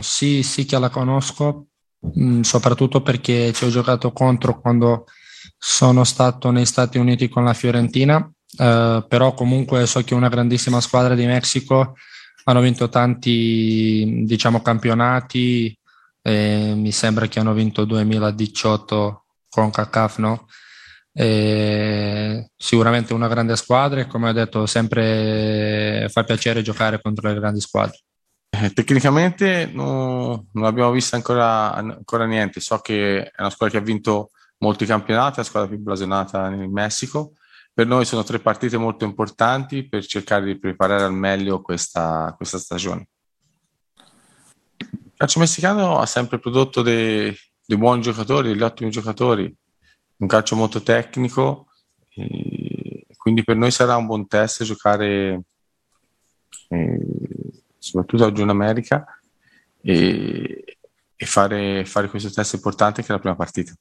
Sì, sì che la conosco, mh, soprattutto perché ci ho giocato contro quando sono stato negli Stati Uniti con la Fiorentina, eh, però comunque so che è una grandissima squadra di Messico, hanno vinto tanti, diciamo, campionati, eh, mi sembra che hanno vinto 2018 con CACAF, no? Eh, sicuramente una grande squadra e come ho detto sempre fa piacere giocare contro le grandi squadre. Eh, tecnicamente no, non abbiamo visto ancora, ancora, niente, so che è una squadra che ha vinto molti campionati, è la squadra più blasonata nel Messico. Per noi sono tre partite molto importanti per cercare di preparare al meglio questa, questa stagione. Il calcio messicano ha sempre prodotto dei, dei buoni giocatori, degli ottimi giocatori, un calcio molto tecnico, quindi per noi sarà un buon test giocare eh, soprattutto oggi in America e, e fare, fare, questo test importante che è la prima partita.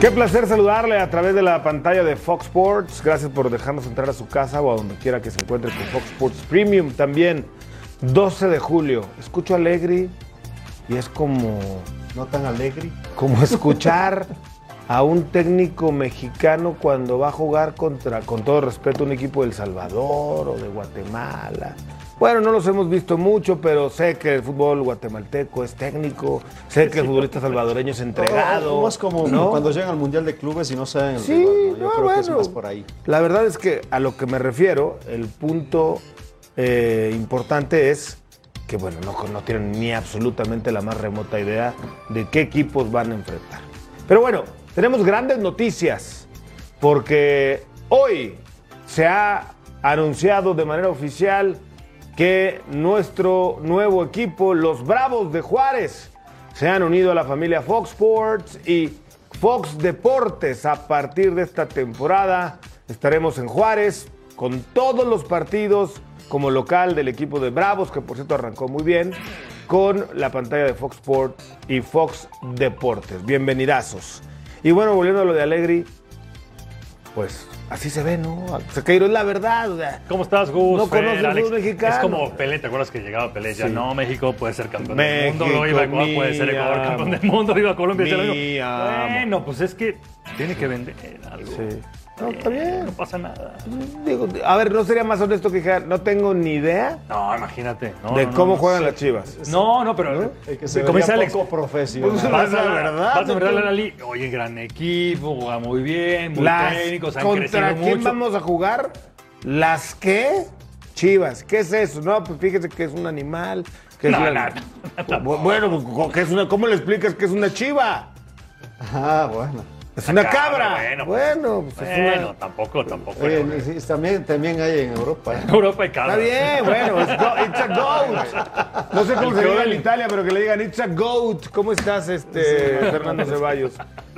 Qué placer saludarle a través de la pantalla de Fox Sports. Gracias por dejarnos entrar a su casa o a donde quiera que se encuentre con Fox Sports Premium. También 12 de julio. Escucho Alegri y es como no tan alegre. Como escuchar a un técnico mexicano cuando va a jugar contra, con todo respeto, un equipo del de Salvador o de Guatemala. Bueno, no los hemos visto mucho, pero sé que el fútbol guatemalteco es técnico, sé que el futbolista salvadoreño es entregado. No, no es como ¿no? cuando llegan al Mundial de Clubes y no saben el sí, rival, ¿no? Yo creo bueno, que es más por ahí. La verdad es que a lo que me refiero, el punto eh, importante es que bueno, no, no, tienen ni absolutamente la más remota idea de qué equipos van a enfrentar. Pero bueno, tenemos grandes noticias, porque hoy se ha anunciado de manera oficial que nuestro nuevo equipo, los Bravos de Juárez, se han unido a la familia Fox Sports y Fox Deportes. A partir de esta temporada estaremos en Juárez con todos los partidos como local del equipo de Bravos, que por cierto arrancó muy bien, con la pantalla de Fox Sports y Fox Deportes. Bienvenidazos. Y bueno, volviendo a lo de Allegri, pues así se ve, ¿no? Sequeiro es la verdad. O sea, ¿Cómo estás, Gus? No conoce el fútbol mexicano. Es como Pelé, ¿te acuerdas que llegaba Pelé? Ya sí. no, México puede ser campeón México, del mundo, no iba a Ecuador, puede ser Ecuador campeón del mundo, iba a Colombia. Mía, bueno, pues es que tiene que vender algo. Sí. No, está bien. No pasa nada. Digo, a ver, ¿no sería más honesto que dejar? no tengo ni idea? No, imagínate. No, de no, cómo juegan las chivas. No, no, pero... El que se comienza Alex. poco profesional. Pues vas a, verdad, vas a mirar la Lali. Oye, gran equipo, juega muy bien, muy las, técnicos, han ¿Contra quién mucho. vamos a jugar? ¿Las qué? Chivas. ¿Qué es eso? No, pues fíjese que es un animal. Que no, es una... Bueno, ¿qué es una... ¿cómo le explicas que es una chiva? Ah, bueno. Es una cabra. Bueno, bueno, pues bueno es una... tampoco, tampoco. Eh, eh, también, también, hay en Europa. En Europa hay cabra. Está bien, bueno, it's, go, it's a goat. No sé cómo se diga en Italia, pero que le digan it's a goat. ¿Cómo estás, este sí. Fernando Ceballos?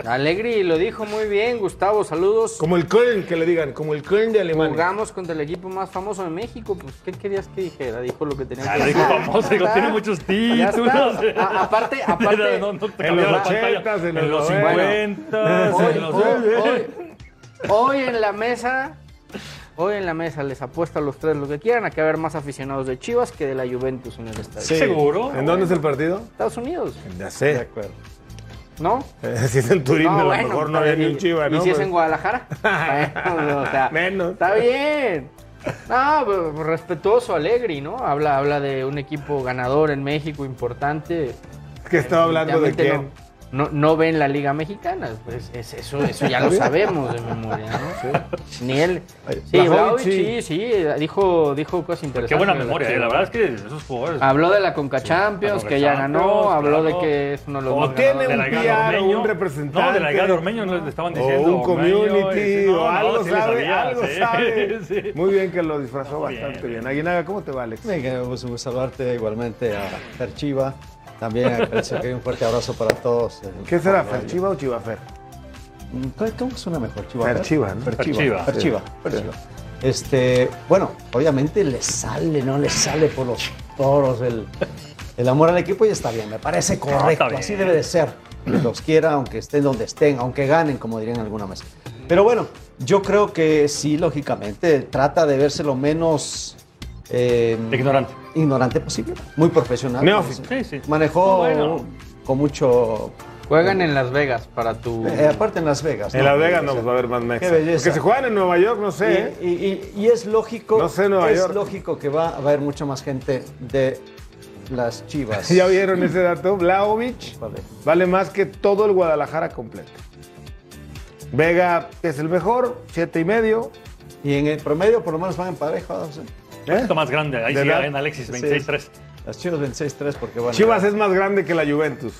Allegri lo dijo muy bien, Gustavo, saludos. Como el Köln, que le digan, como el Köln de Alemania. Jugamos contra el equipo más famoso de México, pues ¿qué querías que dijera? Dijo lo que tenía ah, que decir. dijo famoso, dijo, tiene muchos títulos. A, aparte, aparte. No, no, en los 80, en, en los 50. Hoy, hoy, hoy, hoy, en la mesa, hoy en la mesa les apuesto a los tres lo que quieran, a que haber más aficionados de Chivas que de la Juventus en el estadio. Sí. Seguro. ¿En dónde es el partido? Estados Unidos. Ya sé. De acuerdo. ¿No? Eh, si es en Turín, no, a lo bueno, mejor no había ni un Chiva, ¿no? Pues. ¿Y si es en Guadalajara? bueno, o sea, Menos. Está bien. No, pues, respetuoso, Alegri, ¿no? Habla, habla de un equipo ganador en México importante. Es que estaba hablando de quién. No no, no ven la Liga Mexicana. Pues es, eso, eso ya lo sabemos de memoria, ¿no? Sí. Ni él. Sí, Vlaovic, sí, sí, dijo, dijo cosas interesantes. Qué buena memoria, la, eh, la verdad es que esos jugadores. Habló de la Conca Champions, la Conca que ya ganó, Champions, habló claro. de que es uno de los. O tiene un PR o un representante. No, de la Liga de Ormeño no le estaban diciendo. O un community, o, no, o algo no, sí sabe, sabía, algo sí. sabe. Muy bien que lo disfrazó bastante bien. bien. Aguinaga, ¿cómo te va, Alex? Venga, pues un saludarte igualmente a Ferchiva. También un fuerte abrazo para todos. Mm, ¿Qué será, Ferchiva o Chivafer? ¿Cómo suena mejor? Chivafer. Ferchiva, ¿no? Ferchiva. Ferchiva. Ferchiva. Este, bueno, obviamente le sale, no le sale por los toros el, el amor al equipo y está bien, me parece correcto, no, así debe de ser. Que los quiera, aunque estén donde estén, aunque ganen, como dirían alguna vez. Pero bueno, yo creo que sí, lógicamente, trata de verse lo menos eh, Ignorante. ignorante posible, muy profesional. Neófito. Sí, sí. Manejó Bueno. con mucho... Juegan en Las Vegas para tu. eh, aparte en Las Vegas. En ¿no? Las Vegas no O sea, pues, va a haber más Mexa. Qué belleza. Porque si juegan en Nueva York, no sé. ¿eh? Y, y- y- y es lógico, No sé, Nueva es York. lógico que va, va a haber mucha más gente de las Chivas. ¿Ya vieron ese dato? Vlaovic Vale. vale más que todo el Guadalajara completo. Vega es el mejor, siete y medio. Y en el promedio por lo menos van en pareja. o sea, ¿eh? Esto más grande. Ahí ¿De sí verdad? en Alexis 26-3. las Chivas 26-3 porque bueno. Chivas es más grande que la Juventus.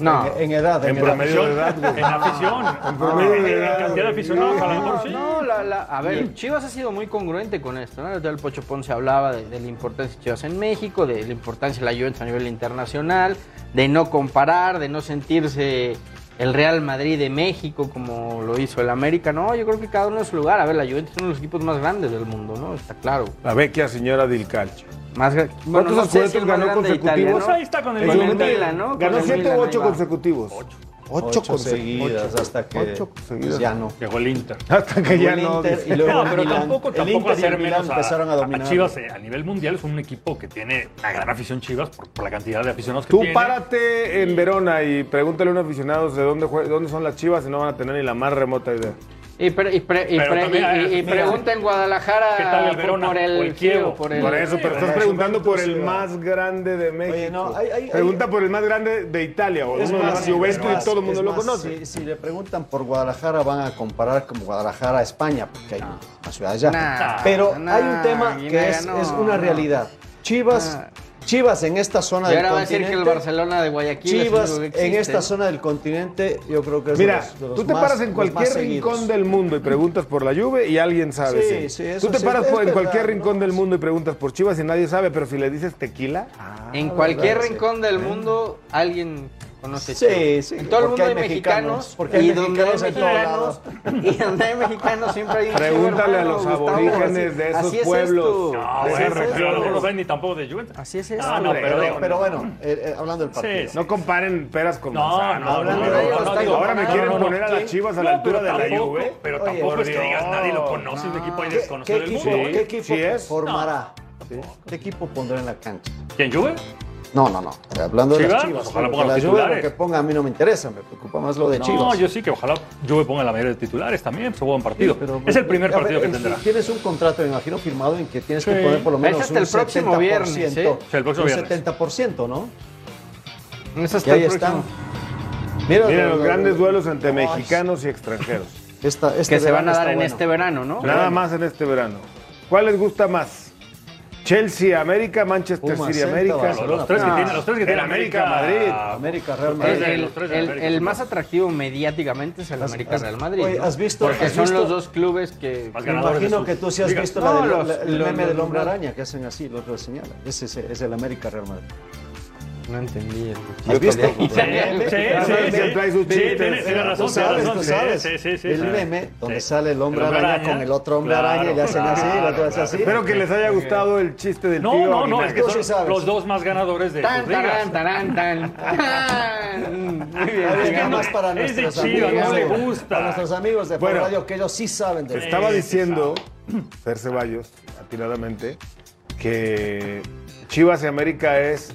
No. en, en edad, en, En edad. promedio de edad. En afición. promedio En- de En edad, cantidad de aficionados, a lo mejor sí. No, la- la- a ver, Chivas ha sido muy congruente con esto, ¿no? El Pocho Ponce hablaba de, de la importancia de Chivas en México, de la importancia de la Juventus a nivel internacional, de no comparar, de no sentirse el Real Madrid de México como lo hizo el América. No, yo creo que cada uno en su lugar. A ver, la Juventus es uno de los equipos más grandes del mundo, ¿no? Está claro. La vecchia señora Del Calcio. Más gra- bueno, no sé escudetos si el más ganó grande de Italia, consecutivos? Pues ahí ¿no? está con En el Con Juventus el Milan. Milan, ¿no? Con Ganó el siete Milan, u ahí ocho va. consecutivos. Ocho. Ocho conse- seguidas ocho. hasta que Ocho seguidas. Pues ya no. Llegó el Inter. Hasta que Llegó ya el no. Inter dice. y luego no, el pero Milan. tampoco, El tampoco Inter y el hacer Milan menos a, empezaron a dominar. Chivas eh, a nivel mundial es un equipo que tiene una gran afición Chivas por, por la cantidad de aficionados que Tú tiene. párate en Verona y pregúntale a un aficionado de dónde, jue- dónde son las chivas y no van a tener ni la más remota idea. Y, pre- y pre- y Pero pre- también, y- eh, y- y mira, pregunta en Guadalajara ¿qué tal el por- Verona? por el, O el Kievo. por el- Por eso, pero estás Juventus, preguntando por el sí, va. más grande de México. no, hay- hay- Pregunta hay- por el más grande de Italia o Es uno de más, las Juventus es y todo el más, mundo es lo más, conoce. Si, si le preguntan por Guadalajara, van a comparar como Guadalajara a España, porque hay más ciudades ya. Nah, Pero nah, hay un tema que Guinaga, es, no, es una no. realidad. Chivas, Chivas en esta zona Y del ahora va a decir que el continente. Barcelona de Guayaquil es el Chivas único que en existe, esta ¿no? zona del continente, yo creo que es de Mira, los- de los tú te más- paras en los más cualquier seguidos. rincón del mundo y preguntas por la Juve y alguien sabe. Sí, sí, eso Tú te sí, paras es por- en verdad, cualquier ¿no? rincón del mundo y preguntas por Chivas y nadie sabe, pero si le dices tequila, Ah, ah, En cualquier verdad, sí. rincón del mundo alguien conoce Sí, Chivas. sí, En todo el porque mundo hay hay mexicanos. mexicanos, porque hay y donde hay mexicanos en todos mexicanos. Y donde hay mexicanos siempre hay un Pregúntale chivo, a hermano, los Gustavo, aborígenes así- de esos así es pueblos. esto. No, Ese bueno, es el pero no Juventus. los ven ni tampoco de Juventus. Así es esto. Ah, no, pero- Pero, pero bueno, eh, eh, hablando del partido. sí. no comparen peras con manzanas. no, hablando de no, no, ellos, no, está digo, Ahora me no, quieren no, no. poner a las chivas a la No, pero altura de la tampoco- Juve. Pero Oye, pues tampoco por es que Dios. digas nadie lo conoce, es un equipo ¿Qué, ahí qué desconocido del equipo, mundo. qué equipo Sí es. formará? ¿Qué equipo pondrá en la cancha? ¿Quién Juve? No, no, no. Hablando de las ¿Chivas? Chivas. Ojalá porque ponga los la Juve, lo titulares. que ponga a mí no me interesa, me preocupa más lo de Chivas. No, yo sí que ojalá Juve ponga la mayoría de titulares también, pues buen Sí, partido. pero- es el primer a ver, partido que en- tendrá. Tienes un contrato, me imagino, firmado en que tienes que Sí. poner por lo Es menos hasta un el próximo 70%, viernes, ¿eh? Sí, el próximo un viernes. 70%, ¿no? Es hasta Y ahí el están. próximo. Mira los grandes duelos entre Ay, mexicanos y extranjeros. esta- este Que se van verano a está dar en bueno. este verano, ¿no? Nada más en este verano. ¿Cuál les gusta más? Chelsea, América, Manchester Puma, City, Celta, América. Barcelona. Los tres que Ah, tiene, los tres que el tiene América, América, Real Los El, tres Madrid. de- el- los tres de el- América el son más más. atractivo mediáticamente es el América Real Madrid. Oye, ¿no? ¿has visto- Porque has son visto- los dos clubes que Más Me ganadores de imagino sus que tú sí has ligas. visto la No, del- los- la- el los- meme del los- hombre araña que hacen así, lo que señala. Ese es, es el América Real Madrid. No entendí. ¿Has visto? Sí, sí, sí, Además, sí. él trae sus Sí, chistes. tiene- tiene razón, Tú sabes, tiene razón. tú Sí, sabes. sí, sí, sí, el sí. meme donde Sí. sale el hombre El araña, con el otro hombre araña y claro, hacen así, y el otro hace claro. así. Espero que les haya gustado el chiste del No, tío. no, no, Aguinaga. es que Tú sí son sabes. los dos más ganadores de Tan, sus ligas. tan, tan, tan, tan. Muy bien. A ver, Es que nada no, más para es de nuestros Chivas, amigos no de- le gusta. Para nuestros amigos de Bueno. Radio que ellos sí saben de esto. Estaba diciendo Fer Ceballos, atiradamente, que Chivas y América es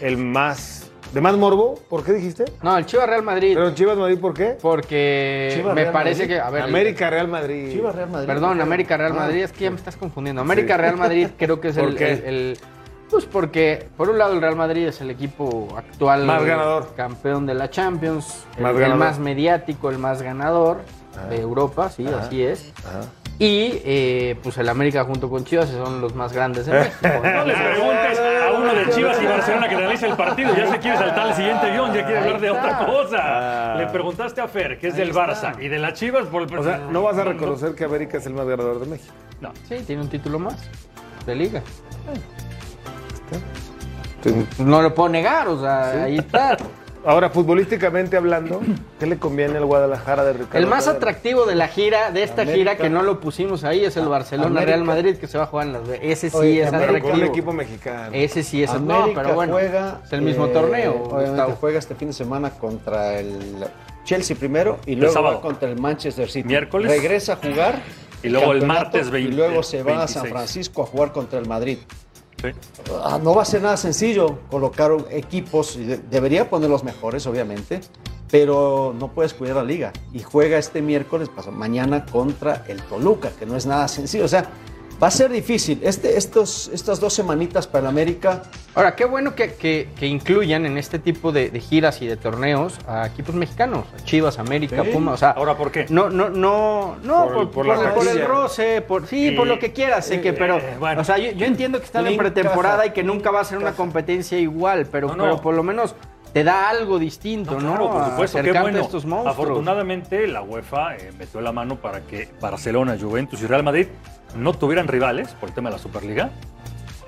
el más. ¿De más morbo? ¿Por qué dijiste? No, el Chivas Real Madrid. Pero Chivas Madrid, ¿por qué? Porque Chivas, me Real parece Madrid. que. A ver, América, Real Madrid. Ah. Chivas Real Madrid. Ah, Perdón, América Real Madrid, es que ya me estás confundiendo. América Real Madrid creo que es ¿Por el, qué? el- el- Pues porque, por un lado, el Real Madrid es el equipo actual. Más eh, ganador. Campeón de la Champions. el- Más el, ganador. más mediático, el más ganador Ah. de Europa, sí, así es. Y eh, pues el América junto con Chivas son los más grandes de México. No les preguntes a uno de Chivas y Barcelona que analiza el partido. Ya se quiere saltar al siguiente guión, ya quiere hablar de otra Ah. cosa. Le preguntaste a Fer, que es del Barça y de las Chivas por el O sea, no vas a reconocer que América es el más ganador de México. No. Sí, tiene un título más de liga. Entonces, No lo puedo negar, o sea, ahí está. ahora, futbolísticamente hablando, ¿qué le conviene al Guadalajara de Ricardo? El más Herrera? atractivo de la gira, de esta América. Ah, gira que no lo pusimos ahí, es el Barcelona América. Real Madrid que se va a jugar en las Vegas. Ese sí Oye, es América, Un atractivo. equipo mexicano. Ese sí es América no, pero bueno, juega. es el mismo eh, torneo. Obviamente Gustavo. juega este fin de semana contra el Chelsea primero y luego sábado. va contra el Manchester City. Miércoles. Regresa a jugar Y luego el campeonato martes 20. Y luego se va a San 26. Francisco a jugar contra el Madrid. Sí. Ah, No va a ser nada sencillo colocar equipos. y de- Debería poner los mejores, obviamente, pero no puedes cuidar la liga. Y juega este miércoles, pasa mañana contra el Toluca, que no es nada sencillo. O sea, va a ser difícil. Este, estos, estas dos semanitas para el América, Ahora, qué bueno que, que- que incluyan en este tipo de, de giras y de torneos a equipos mexicanos, a Chivas, América, Sí. Puma, o sea, Ahora, ¿por qué? no, no, no, no, Por- por, por por la el- por el franquicia. roce, por sí, Sí. por lo que quieras, sé que, pero, Eh, bueno. o sea, yo, yo entiendo que están en Link, pretemporada caja. y que nunca va a ser una Caja. competencia igual, pero, No, no. pero por lo menos te da algo distinto, ¿no? claro, por A supuesto, qué acercarte bueno. a estos monstruos. Afortunadamente, la UEFA eh, metió la mano para que Barcelona, Juventus y Real Madrid no tuvieran rivales por el tema de la Superliga.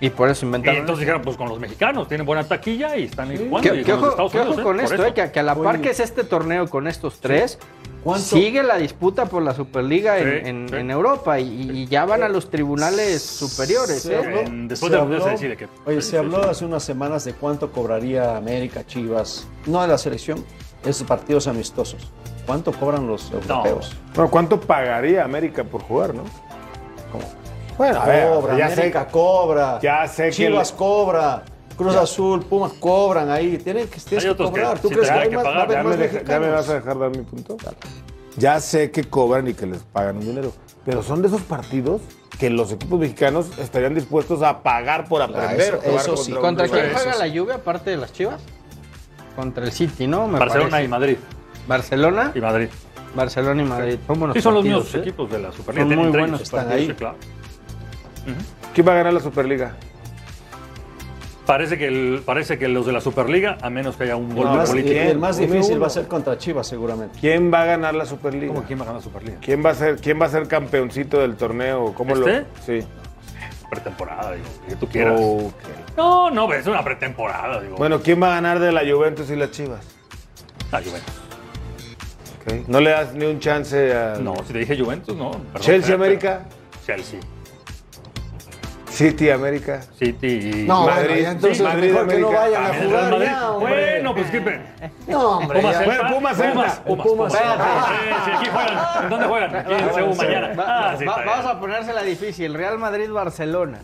Y por eso Y inventaron. entonces dijeron, pues con los mexicanos, tienen buena taquilla y están ahí jugando. ¿Qué, y qué con los ojo, Estados qué ojo Unidos, ¿eh? con Por esto, eso. eh, que, que a la par que es este torneo con estos tres, ¿Cuánto? sigue la disputa por la Superliga en, Sí, en- sí. en Europa y, y ya van a los tribunales superiores. Se ¿eh? habló- En- después se de la mundial se habló- decide que- Oye, sí, se sí, habló sí. hace unas semanas de cuánto cobraría América, Chivas, no de la selección, esos partidos amistosos. ¿Cuánto cobran los europeos? Bueno, ¿cuánto pagaría América por jugar, no? Bueno, a ver, cobra, ya sé- América cobra, ya sé que Chivas le- cobra, Cruz Azul, Pumas cobran ahí, tienen que, tienes Hay que otros que cobrar. ¿Tú sí crees que, tendrán hay que más, va a pagar. haber ¿Ya me, más deja- ya me mexicanos? vas a dejar dar mi punto? Ya sé que cobran y que les pagan un dinero, pero son de esos partidos que los equipos mexicanos estarían dispuestos a pagar por aprender. a eso- jugar eso sí. contra un ¿Contra rival. quién juega la lluvia aparte de las Chivas? Contra el City, ¿no? Me Barcelona parece. y Madrid. Barcelona, Y Madrid. Barcelona y Madrid. Son buenos Sí, son los partidos, mismos ¿eh? equipos de la Superliga. Son tienen muy entre buenos, ellos están partidos, ahí. sí, claro. ¿Quién va a ganar la Superliga? Parece que, el- parece que los de la Superliga, a menos que haya un El golpe más- político. y el más Uno y difícil uno. va a ser contra Chivas seguramente. ¿Quién va a ganar la Superliga? ¿Cómo quién va a ganar la Superliga? ¿Quién va a ser, quién va a ser campeoncito del torneo? ¿Cómo ¿Este? lo? Sí. Pretemporada, digo, que tú quieras. Ok. No, no, es una pretemporada, digo. Bueno, ¿quién va a ganar de la Juventus y las Chivas? La Juventus. Ok. No le das ni un chance a No, si te dije Juventus, no. Perdón, Chelsea pero- América, pero- Chelsea. City América. City. y- No, Madrid. bueno, ya entonces Sí, Madrid, mejor que no América. vayan a También el jugar Real ya, Madrid. hombre. Bueno, pues qué. pe- No, hombre, Pumas ya. Celta. Bueno, Pumas Celta. Pumas, Pumas, Pumas. Espérate. Eh, sí, aquí juegan. ¿En ¿Dónde juegan? Aquí en Seúl mañana. Va- Ah, sí, va- está vamos bien. a ponérsela difícil. Real Madrid-Barcelona.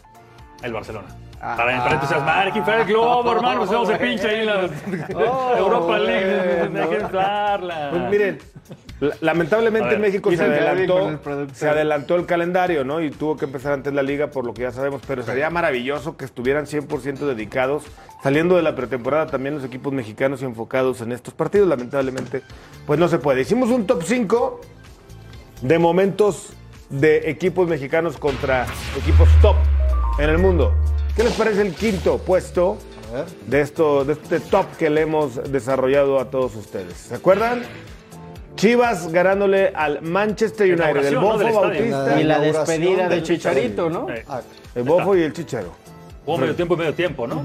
El Barcelona. Ah. Para, para entusiasmar, aquí Ah, para el globo, hermano. Pues vamos de Oh, pinche ahí en la Oh, Europa League. bueno. Hay que entrarla. Pues miren, la- lamentablemente A ver. México se Hizo el Gaby con el adelantó, productor. se adelantó el calendario, ¿no? Y tuvo que empezar antes la liga, por lo que ya sabemos, pero sería maravilloso que estuvieran 100% dedicados, saliendo de la pretemporada también los equipos mexicanos y enfocados en estos partidos. Lamentablemente, pues no se puede. Hicimos un top 5 de momentos de equipos mexicanos contra equipos top en el mundo. ¿Qué les parece el quinto puesto de, esto, de este top que le hemos desarrollado a todos ustedes? ¿Se acuerdan? Chivas ganándole al Manchester United, el Inauguración, ¿no? Bofo del estadio. Bautista, Y la inauguración despedida de del Chicharito, ¿no? Eh, Ah, el Bofo y el Chicharo, Jugó medio tiempo y medio tiempo, ¿no?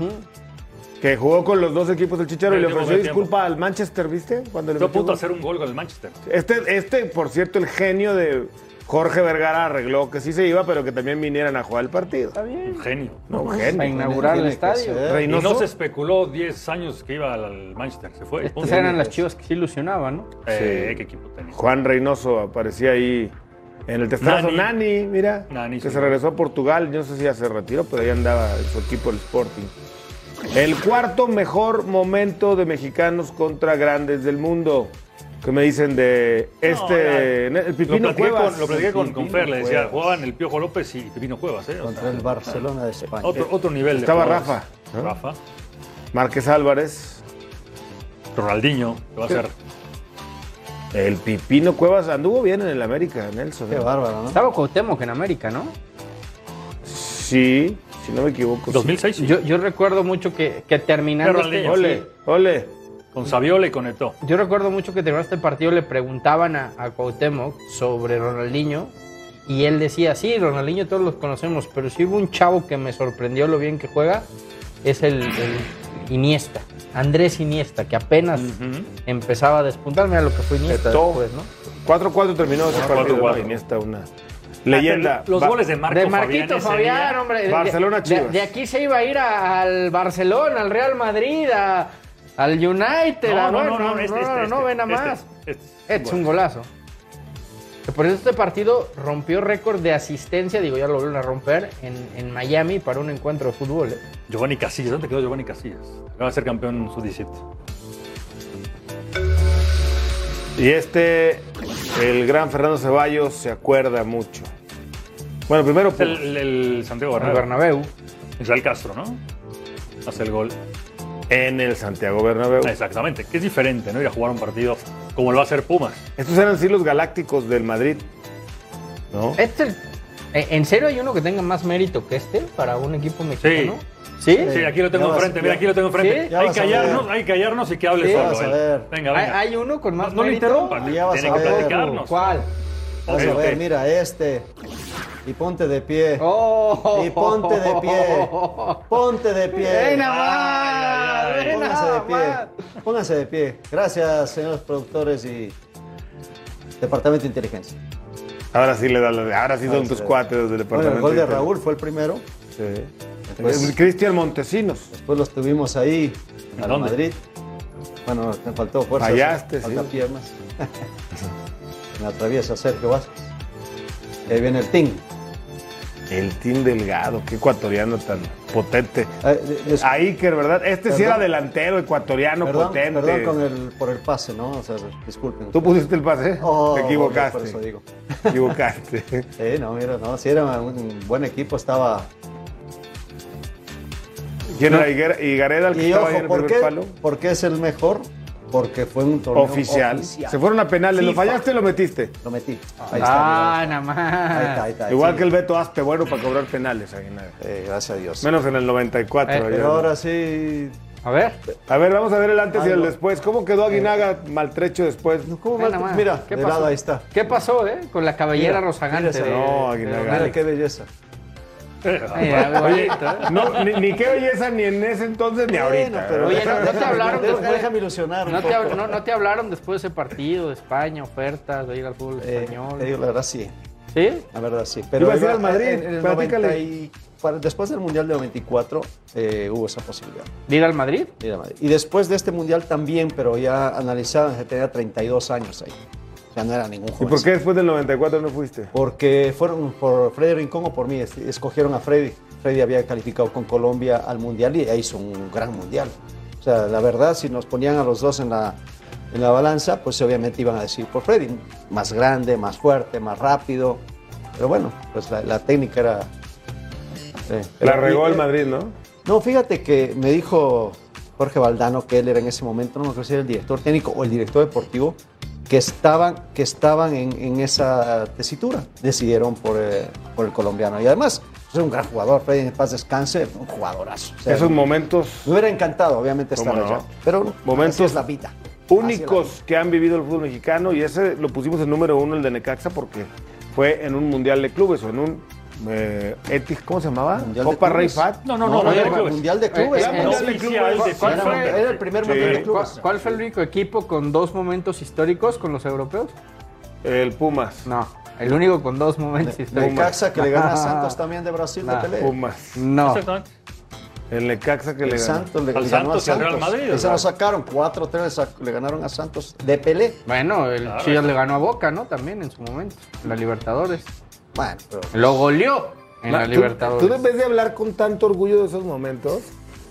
que jugó con los dos equipos del Chicharo y Medio le tiempo, ofreció medio tiempo. disculpa al Manchester, ¿viste? Cuando le Estuvo a metió punto de gol. hacer un gol con el Manchester. Este, este, por cierto, el genio de Jorge Vergara arregló que sí se iba, pero que también vinieran a jugar el partido. Un genio. No, Para genio. inaugurar el tiene que estadio. ser. Y no Reynoso. se especuló 10 años que iba al Manchester. Se fue. Estas eran las chivas que se ilusionaban, ¿no? Este Eh, qué equipo tenía. Juan Reynoso aparecía ahí en el testazo. Nani. Nani, mira, Nani, que sí. se regresó a Portugal. Yo no sé si ya se retiró, pero ahí andaba en su equipo el Sporting. El cuarto mejor momento de mexicanos contra grandes del mundo. ¿Qué me dicen de este? No, el Lo Pipino platiqué, Cuevas. con, lo platiqué con, con Fer, le decía, Cuevas. jugaban el Piojo López y Pepino Cuevas, ¿eh? O Contra sea, el Barcelona de España. otro, otro nivel. de Estaba jugadores. Rafa, ¿no? Rafa. Márquez Álvarez. Ronaldinho, que va a ser. El Pipino Cuevas anduvo bien en el América, Nelson. ¿eh? Qué bárbaro, ¿no? Estaba Cuauhtémoc en América, ¿no? Sí, si no me equivoco. sí. 2006, sí. Yo, yo recuerdo mucho que, que terminando Pero este, Ronaldinho, Ole, ole. Con Saviola y con Eto'o. yo recuerdo mucho que terminando este partido le preguntaban a, a Cuauhtémoc sobre Ronaldinho y él decía, sí, Ronaldinho todos los conocemos, pero si hubo un chavo que me sorprendió lo bien que juega, es el, el Iniesta, Andrés Iniesta, que apenas empezaba a despuntar, mira lo que fue Iniesta Eto'o. después, ¿no? 4-4 terminó ese partido. 4-4. ¿no? Iniesta, una leyenda. Los Va- goles de Marco de Marquito Fabián. ese día. Fabián, hombre. de- Barcelona, de, Chivas. de aquí se iba a ir a- al Barcelona, al Real Madrid, a- al United. a- No, no, bueno, no, no, este, no, este, no, este, ven a este, más. este, este. Es un golazo. Que por eso este partido rompió récord de asistencia, digo, ya lo volvieron a romper en, en Miami para un encuentro de fútbol. ¿eh? Giovanni Casillas, ¿dónde quedó Giovanni Casillas? Va a ser campeón su 17. Y este, el gran Fernando Ceballos se acuerda mucho. Bueno, primero pues, por- El, el Santiago Con el Bernabéu. Bernabéu. Israel Castro, ¿no? Hace el gol. en el Santiago Bernabéu. Exactamente. Que es diferente, ¿no? Ir a jugar un partido como lo va a hacer Pumas. Estos eran sí los galácticos del Madrid. ¿No? Este, eh, ¿En serio hay uno que tenga más mérito que este para un equipo mexicano? Sí. ¿Sí? Sí, aquí lo ya tengo vas- enfrente, mira, ya- aquí lo tengo enfrente. ya hay vas que a ver. callarnos, hay que callarnos y que hable Sí, solo vas a él. ver. Venga, venga. ¿Hay, hay uno con no, más no lo mérito? interrumpan, Ya vas tiene a que ver. platicarnos. ¿Cuál? Vas Ok, a ver, ok. mira, este. Y ponte de pie. Oh. Y ponte de pie. Ponte de pie. Ven nada más, ven Pónganse de nada más. pie. Pónganse de pie. Gracias, señores productores y Departamento de Inteligencia. Ahora sí le da la- Ahora sí Ahora son sí tus le da. cuates los del Bueno, departamento. Pues, el gol de Raúl fue el primero. Sí. Después, Cristian Montesinos. después los tuvimos ahí, ¿En al dónde? Madrid. Bueno, te faltó fuerza. Fallaste, faltan sí. piernas. Me atraviesa Sergio Vázquez. Y ahí viene el ting. El Team Delgado, qué ecuatoriano tan potente. Ah, de- de- A Iker, ¿verdad? Este sí Perdón. era delantero, ecuatoriano, perdón, potente. perdón con el, por el pase, ¿no? O sea, disculpen. Tú pusiste el pase, ¿eh? Oh, te Por eso equivocaste. digo. Te equivocaste. Sí, no, mira, no, si era un buen equipo, estaba. ¿Quién era Higuera- Higareda el que Y estaba ahí en ojo, el ¿por primer qué? palo? ¿Por qué es el mejor? Porque fue un torneo Oficial. Se fueron a penales, lo fallaste y lo metiste. Lo metí. Ahí está. Ah, nada mira. Ahí está, más. ahí está. Igual sí. que el Beto Aspe, bueno para cobrar penales. Aguinaga. Eh, gracias a Dios. Menos en el 94. Eh, ya Pero no. ahora sí. A ver. A ver, vamos a ver el antes y el Algo. después. ¿Cómo quedó Aguinaga maltrecho después? ¿Cómo Ve va? nada más. Mira, ¿Qué de pasó? lado, ahí está. ¿Qué pasó, eh? Con la cabellera Mira, rozagante. mira esa- de- No, de Aguinaga. Don Mira Alex. qué belleza. Eh, algo bonito, eh. No, ni, ni qué belleza ni en ese entonces ni ahorita. ¿eh? Bueno, pero Oye, déjame- no- no te déjame- hablaron déjame- después. Déjame ilusionar. un No te, poco. hab- no- no te hablaron después de ese partido de España, ofertas de ir al fútbol Eh, español. te digo, la verdad sí. ¿Sí? La verdad sí. Pero Ibas a ir iba- al Madrid, en- en el platícale. 90 y- para- después del Mundial de 94 eh, hubo esa posibilidad. ¿De ir al Madrid? de ir a Madrid. Y después de este Mundial también, pero ya analizaban, se tenía 32 años ahí. O sea, no era ningún ¿Y joven. por qué después del 94 no fuiste? Porque fueron por Freddy Rincón o por mí, es- escogieron a Freddy. Freddy había calificado con Colombia al Mundial y hizo un gran Mundial. O sea, la verdad, si nos ponían a los dos en la, en la balanza, pues obviamente iban a decir por Freddy. Más grande, más fuerte, más rápido. Pero bueno, pues la, la técnica era... eh, La era- regó el eh, Madrid, ¿no? no, fíjate que me dijo Jorge Valdano, que él era en ese momento, no me acuerdo si era el director técnico o el director deportivo, que estaban, que estaban en, en esa tesitura. Decidieron por, eh, por el colombiano. Y además, es un gran jugador, Freddy, en paz descanse, un jugadorazo. O sea, Esos me momentos hubiera encantado, obviamente, ¿Cómo estar no? allá. Pero Momentos así es la vida. Así únicos que han vivido el fútbol mexicano y ese lo pusimos en número uno, el de Necaxa, porque fue en un Mundial de Clubes o en un... eh, Etis- ¿Cómo se llamaba? es la vida. Mundial de Copa Rey Clubes. Fat. No, no, no, Mundial de era Clubes. Mundial de clubes. Eh, ¿no? eh, Mundial sí, de sí, Clubes. ¿cuál- Sí, cuál Era, fue- era el primer Sí. mundial de ¿Cu- clubes. ¿Cuál fue el único equipo con dos momentos históricos con los europeos? El Pumas. No, el único con dos momentos históricos. Necaxa que le gana a Santos también de Brasil Nah. de pelea. Pumas. No. Exactamente. El Necaxa que le El ganó. Santos le, Al le ganó a Santos y al Santos. Real Madrid, Y se ¿verdad? lo sacaron 4-3, le ganaron a Santos de Pelé. Bueno, el Claro. Chivas le ganó a Boca, ¿no? También en su momento. en La Libertadores. Bueno, pero Lo goleó en la Tú- Libertadores. Tú, en vez de hablar con tanto orgullo de esos momentos,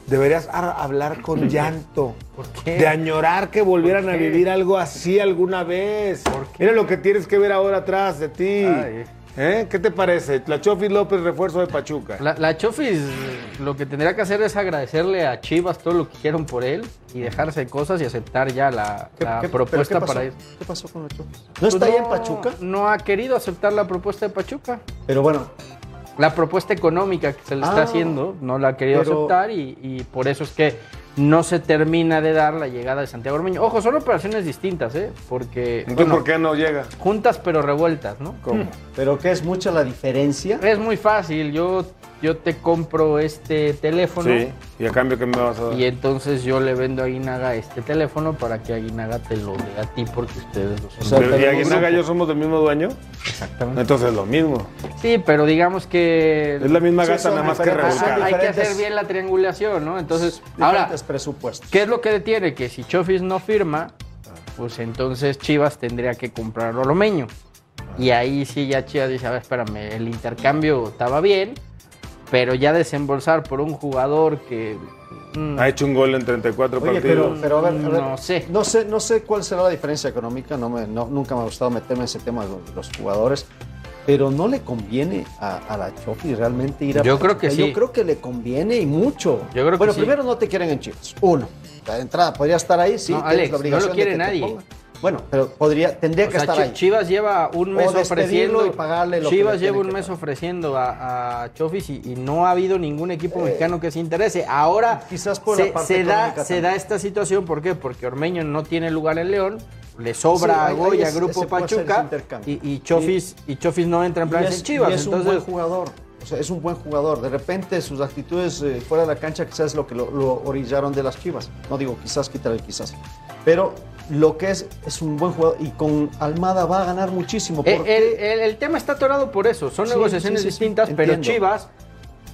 deberías a- hablar con llanto. ¿Por qué? De añorar que volvieran ¿Por a qué? vivir algo así alguna vez. ¿Por qué? Mira lo que tienes que ver ahora atrás de ti. Ay. ¿Eh? ¿Qué te parece? La Chofi López, refuerzo de Pachuca. La, la Chofis lo que tendría que hacer es agradecerle a Chivas todo lo que hicieron por él y dejarse de cosas y aceptar ya la, ¿qué- la qué- pero qué propuesta pasó? para ir. ¿Qué pasó con los Chofis? No está ahí en Pachuca, No ha querido aceptar la propuesta de Pachuca. pero bueno, La propuesta económica que se le está Ah, haciendo no la ha querido pero- aceptar y, y por eso es que no se termina de dar la llegada de Santiago Ormeño. Ojo, son operaciones distintas, ¿eh? Porque Entonces, bueno, ¿por qué no llega? juntas pero revueltas, ¿no? ¿Cómo? pero que es mucha la diferencia. Es muy fácil. Yo, yo te compro este teléfono. Sí. ¿Y a cambio qué me vas a dar? Y entonces yo le vendo a Aguinaga este teléfono para que Aguinaga te lo dé a ti porque ustedes lo O son. sea, Pero, ¿Y tenemos Aguinaga y grupo. yo somos del mismo dueño? Exactamente. Entonces es lo mismo. Sí, pero digamos que Es la misma Sí, gata, son nada más que Ah, diferentes. revolcada. hay que diferentes- hacer bien la triangulación, ¿no? Entonces, diferentes ahora, presupuestos. ¿qué es lo que detiene? Que si Chofis no firma, pues entonces Chivas tendría que comprar a Oromeño. Y ahí sí ya Chivas dice, a ver, espérame, el intercambio estaba bien, pero ya desembolsar por un jugador que... mm, Ha hecho un gol en 34 Oye, pero, partidos. pero a ver, a ver, No sé. No sé, no sé cuál será la diferencia económica, no me, no- nunca me ha gustado meterme en ese tema de los- los jugadores, pero no le conviene a, a la Chofi realmente ir a... Yo creo que Pachuca. sí. Yo creo que le conviene y mucho. Yo creo que bueno, sí. primero no te quieren en Chivas, uno. La entrada podría estar ahí, sí. No, tienes la Alex, no lo obligación de quiere que te nadie. pongan. Bueno, pero podría, tendría O que sea, estar Chi- ahí. Chivas lleva un O mes despedirlo ofreciendo. y pagarle lo que Chivas le lleva tienen un que mes pagar. ofreciendo a, a Chofis y, y no ha habido ningún equipo mexicano que se interese. Ahora Eh, Quizás por se, la parte se da, económica se también. da este esta situación. ¿Por qué? Porque Ormeño no tiene lugar en León. Le sobra Sí, a ahí- ahí Goya, es- Grupo ese puede ser ese Pachuca. intercambio. Y, y Chofis, y, Chofis no entra en Y planes es, en Chivas. y es un entonces, buen jugador. O sea, es un buen jugador. De repente sus actitudes eh, fuera de la cancha quizás es lo que lo, lo orillaron de las Chivas. No digo quizás, quitarle quizás. Pero lo que es, es un buen jugador. Y con Almada va a ganar muchísimo. Eh, porque- el, el- el tema está atorado por eso. Son Sí, negociaciones sí, sí, sí, distintas, pero entiendo. Chivas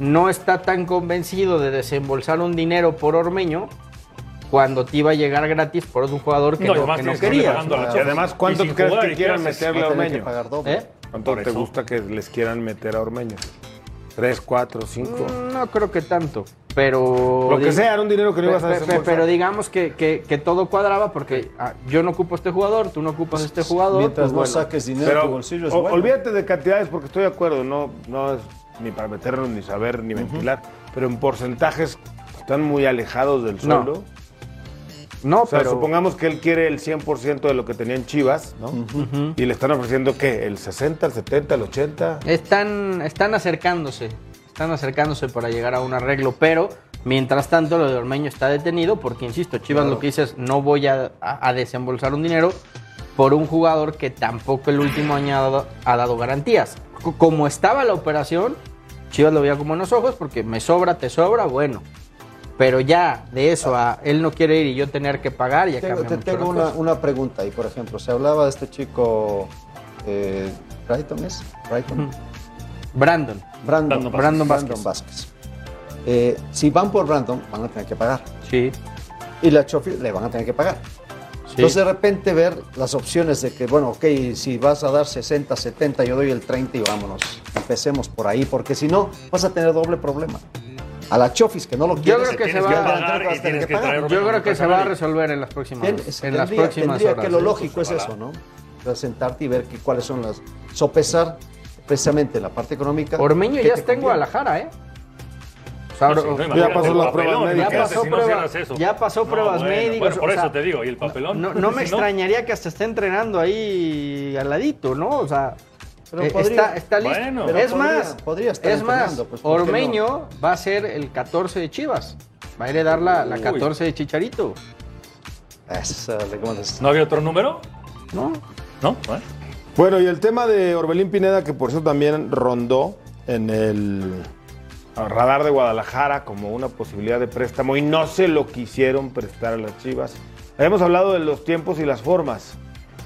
no está tan convencido de desembolsar un dinero por Ormeño cuando te iba a llegar gratis por un jugador que No, y no, además que no tienes que quería. estarle pagando a la Y Chofis. además, ¿cuánto sin crees jugar, que ¿y quieran qué haces? meterle va a a tener que Ormeño? pagar doble. ¿Eh? Por ¿Cuánto te eso. gusta que les quieran meter a Ormeño? ¿Tres, cuatro, cinco? No creo que tanto, pero... Lo que dig- sea, era un dinero que no pe- ibas a pe- desembolsar. Pero digamos que, que- que todo cuadraba porque ah, yo no ocupo este jugador, tú no ocupas este jugador. pues Mientras no bueno. saques dinero de Pero tu bolsillo es o- bueno. olvídate de cantidades porque estoy de acuerdo, no, no es ni para meternos, ni saber, ni ventilar, pero en porcentajes están muy alejados del No, sueldo. No, o sea, pero... supongamos que él quiere el 100% de lo que tenía en Chivas, ¿no? Y le están ofreciendo, ¿qué? ¿El 60, el 70, el 80? Están, están acercándose, están acercándose para llegar a un arreglo, pero mientras tanto lo de Ormeño está detenido porque, insisto, Chivas lo que dice es no voy a, a- a desembolsar un dinero por un jugador que tampoco el último año ha dado, ha dado garantías. C- Como estaba la operación, Chivas lo veía como en los ojos porque me sobra, te sobra, bueno. Pero ya de eso a él no quiere ir y yo tener que pagar, ya Tengo, cambia te- mucho tengo la una, cosa. una pregunta ahí, por ejemplo. Se hablaba de este chico... Eh, ¿Brighton es? ¿Brighton? Brandon. Brandon, Brandon Vázquez. Brandon Vázquez. Eh, si van por Brandon, van a tener que pagar. Sí. y la Chofi le van a tener que pagar. Entonces de repente ver las opciones de que, bueno, ok, si vas a dar 60, 70, yo doy el 30 y vámonos. Empecemos por ahí, porque si no, vas a tener doble problema. A la Chofis, que no lo Yo quieres, creo que se Tienes va que a pagar vas y a tener tienes que que pagar. traer Yo creo que se va a resolver. resolver en las próximas, Ten- en las tendría- próximas tendría horas. ¿eh? que lo lógico es eso, ¿no? O sea, Sentarte y ver que, cuáles son las... Sopesar precisamente la parte económica. Ormeño que ya te está en conviene. Pues Guadalajara, ¿eh? O sea, Sí, no, o- imagínate pasó el las pruebas papelón que médicas. haces Ya pasó si no prueba- cierras eso. ya pasó No, pruebas bueno, médicas, Bueno, por o sea, eso te digo, y el papelón. no, no me Si no, extrañaría que hasta esté entrenando ahí al ladito, ¿no? O sea, Pero eh, podría. está, está listo. Bueno. Pero es podría- más, podría estar es más entrenando, pues, ¿por qué no? Ormeño va a ser el 14 de Chivas. Va a heredar la, la Uy. 14 de Chicharito, Esa, ¿cómo es? ¿No había otro número? ¿no? No, bueno. Bueno, y el tema de Orbelín Pineda, que por eso también rondó en el radar de Guadalajara como una posibilidad de préstamo y no se lo quisieron prestar a las Chivas. Habíamos hablado de los tiempos y las formas,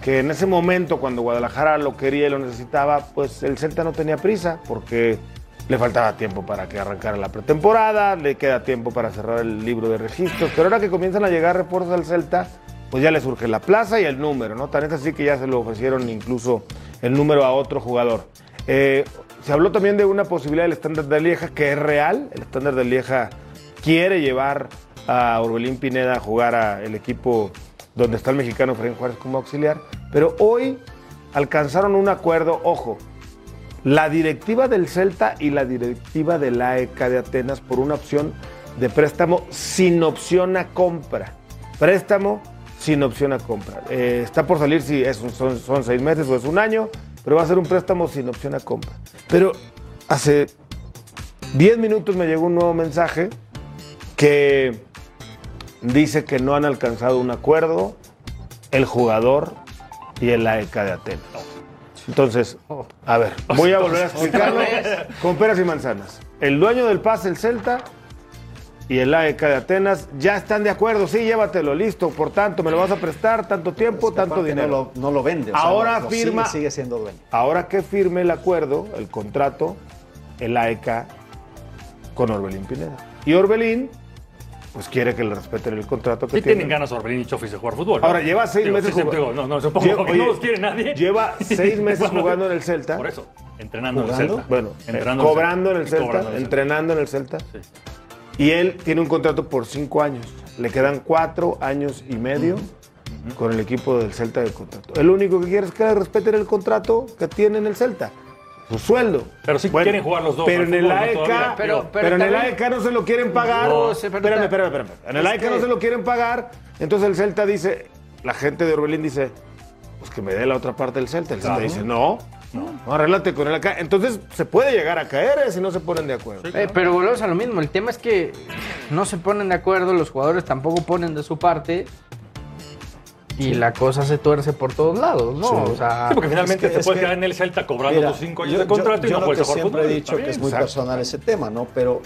que en ese momento cuando Guadalajara lo quería y lo necesitaba, pues el Celta no tenía prisa porque le faltaba tiempo para que arrancara la pretemporada, le queda tiempo para cerrar el libro de registros, pero ahora que comienzan a llegar refuerzos al Celta, pues ya le surge la plaza y el número, ¿no? Tan es así que ya se lo ofrecieron incluso el número a otro jugador. Eh, se habló también de una posibilidad del estándar de Lieja que es real. El estándar de Lieja quiere llevar a Orbelín Pineda a jugar al equipo donde está el mexicano Fren Juárez como auxiliar. Pero hoy alcanzaron un acuerdo, ojo, la directiva del Celta y la directiva de la ECA de Atenas por una opción de préstamo sin opción a compra. Préstamo sin opción a compra. Eh, está por salir si es un- son, son seis meses o es un año, pero va a ser un préstamo sin opción a compra. Pero hace 10 minutos me llegó un nuevo mensaje que dice que no han alcanzado un acuerdo el jugador y el AECA de Atenas. Entonces, a ver, voy a volver a explicarlo con peras y manzanas. El dueño del pase, el Celta, y el AEK de Atenas ya están de acuerdo. Sí, llévatelo, listo. Por tanto, me lo vas a prestar tanto tiempo, Es que tanto aparte dinero. No lo, no lo vende. o sea, Ahora lo- lo sigue- firma- sigue siendo dueño. Ahora que firme el acuerdo, el E contrato, el AEK con Orbelín Pineda. Y Orbelín pues quiere que le respeten el contrato que Sí tiene. tienen ganas Orbelín y Chofis de jugar fútbol. ¿no? Ahora, lleva seis Digo, meses sí, jugando. digo, No, no, supongo Lleva- que oye, no los quiere nadie. Lleva seis meses jugando en el Celta. Por eso, entrenando en el ¿Jugando? Celta. Bueno, Entrenando eh, cobrando en el y Celta, cobrando en el Celta. entrenando en el Celta. Y él tiene un contrato por cinco años. Le quedan cuatro años y medio con el equipo del Celta de contrato. El único que quiere es que le respeten el contrato que tiene en el Celta. Su sueldo. Pero sí quieren jugar los dos Pero al en el fútbol, ¿no? AEK, Todavía. pero, Pero- pero en el también- AEK no se lo quieren pagar. No, se- pero espérame, ta- espérame, espérame. En el es AEK no que- se lo quieren pagar. Entonces el Celta dice, la gente de Orbelín dice, pues que me dé la otra parte del Celta. El Celta Claro. dice, no, no, arréglate con él acá. Entonces se puede llegar a caer eh, si no se ponen de acuerdo. Eh, pero volvemos a lo mismo. El tema es que no se ponen de acuerdo, los jugadores tampoco ponen de su parte. Y la cosa se tuerce por todos lados, ¿no? O sea, Sí, porque finalmente Es que- te puedes es que- quedar en el Celta cobrando Mira, tus cinco años yo- de contrato yo- y yo no lo puedes que jugar siempre he fútbol. dicho Está que es bien. muy exacto. personal ese tema, ¿no? Pero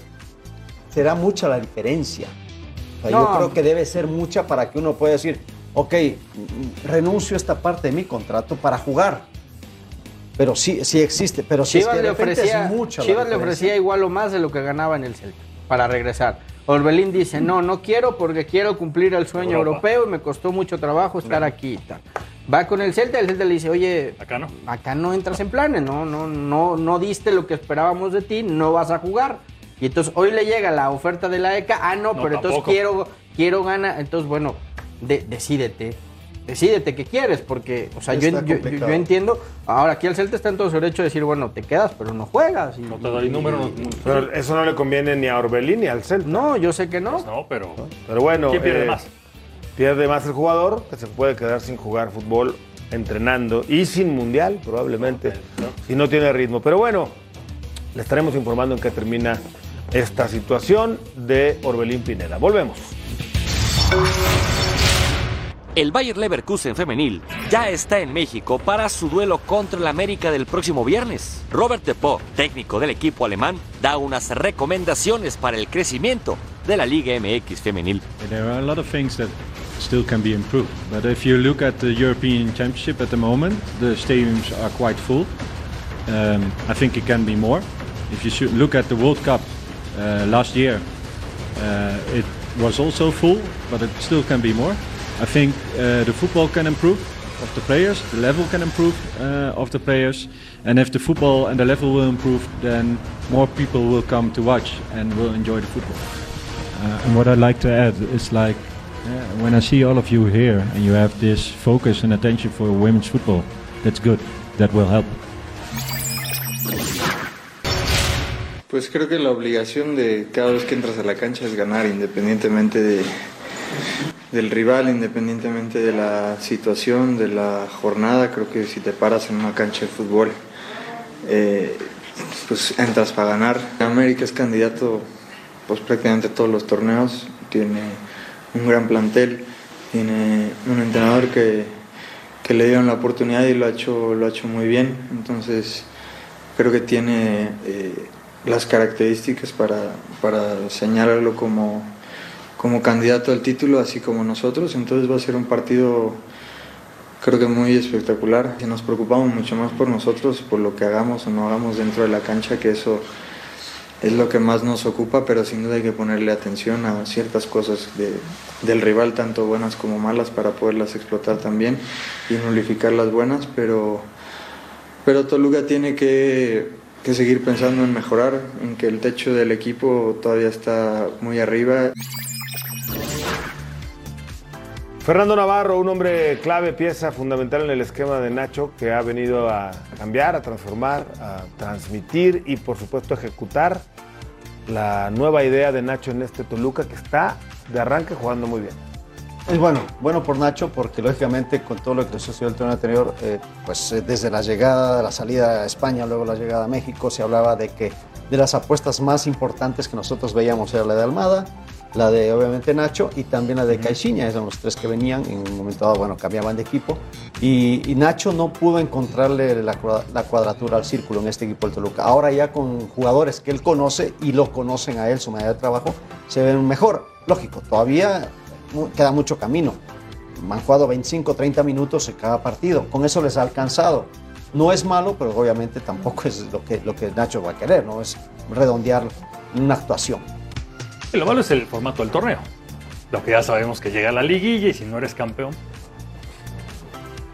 será mucha la diferencia. O sea, No. Yo creo que debe ser mucha para que uno pueda decir, ok, mm, renuncio a esta parte de mi contrato para jugar. Pero sí, sí existe. Pero sí, es Chivas que de le repente ofrecía, es mucha la Chivas le diferencia. ofrecía igual o más de lo que ganaba en el Celta para regresar. Orbelín dice, no, no quiero porque quiero cumplir el sueño Europa. europeo y me costó mucho trabajo estar aquí y tal. Va con el Celta, el Celta le dice, oye, Acá no. acá no entras en planes, no, no, no, no diste lo que esperábamos de ti, no vas a jugar. Y entonces hoy le llega la oferta de la ECA, ah, no, No, pero entonces tampoco. quiero, quiero ganar. Entonces, bueno, de- decídete, decídete qué quieres, porque, o sea, yo, Está yo- yo- complicado. yo entiendo. Ahora, aquí el Celta está en todo su derecho de decir, bueno, te quedas, pero no juegas. y- No te doy número. No, no- Pero eso no le conviene ni a Orbelín ni al Celta. No, yo sé que no. Pues no, pero. Pero bueno, ¿Quién pierde eh, más? Pierde más el jugador, que se puede quedar sin jugar fútbol, entrenando y sin mundial, probablemente, si no tiene ritmo. Pero bueno, le estaremos informando en qué termina esta situación de Orbelín Pineda. Volvemos. El Bayer Leverkusen femenil ya está en México para su duelo contra el América del próximo viernes. Robert Depot, técnico del equipo alemán, da unas recomendaciones para el crecimiento de la Liga MX femenil. There are a lot of things that still can be improved, but if you look at the European Championship at the moment, the stadiums are quite full. Um, I think it can be more. If you should look at the World Cup uh, last year, uh, it was also full, but it still can be more. I think uh, the football can improve of the players, the level can improve uh, of the players, and if the football and the level will improve, then more people will come to watch and will enjoy the football. Uh, and what I'd like to add is like, yeah, when I see all of you here and you have this focus and attention for women's football, that's good. That will help. Pues creo que la obligación de cada vez que entras a la cancha es ganar, independientemente de- del rival, independientemente de la situación, de la jornada. Creo que si te paras en una cancha de fútbol, eh, pues entras para ganar. América es candidato pues prácticamente a todos los torneos, tiene un gran plantel, tiene un entrenador que, que le dieron la oportunidad y lo ha hecho, lo ha hecho muy bien. Entonces creo que tiene eh, las características para, para señalarlo como, como candidato al título, así como nosotros. Entonces va a ser un partido creo que muy espectacular. Y nos preocupamos mucho más por nosotros, por lo que hagamos o no hagamos dentro de la cancha, que eso es lo que más nos ocupa, pero sin duda hay que ponerle atención a ciertas cosas de- del rival, tanto buenas como malas, para poderlas explotar también y nulificar las buenas, pero... Pero Toluca tiene que, que seguir pensando en mejorar, en que el techo del equipo todavía está muy arriba Fernando Navarro, un hombre clave, pieza fundamental en el esquema de Nacho, que ha venido a cambiar, a transformar, a transmitir y por supuesto a ejecutar la nueva idea de Nacho en este Toluca, que está de arranque jugando muy bien. Es bueno, bueno por Nacho, porque lógicamente con todo lo que sucedió el torneo anterior, eh, pues eh, desde la llegada, la salida a España, luego la llegada a México, se hablaba de que de las apuestas más importantes que nosotros veíamos era la de Almada, la de obviamente Nacho y también la de Caixinha, eran los tres que venían, en un momento dado, bueno, cambiaban de equipo, y, y Nacho no pudo encontrarle la, cua- la cuadratura al círculo en este equipo del Toluca. Ahora ya con jugadores que él conoce y lo conocen a él, su manera de trabajo, se ven mejor, lógico, todavía mu- queda mucho camino. Han jugado 25, 30 minutos en cada partido. Con eso les ha alcanzado. No es malo, pero obviamente tampoco es lo que, lo que Nacho va a querer, ¿no? Es redondear una actuación. Y lo malo es el formato del torneo. Lo que ya sabemos que llega a la liguilla y si no eres campeón.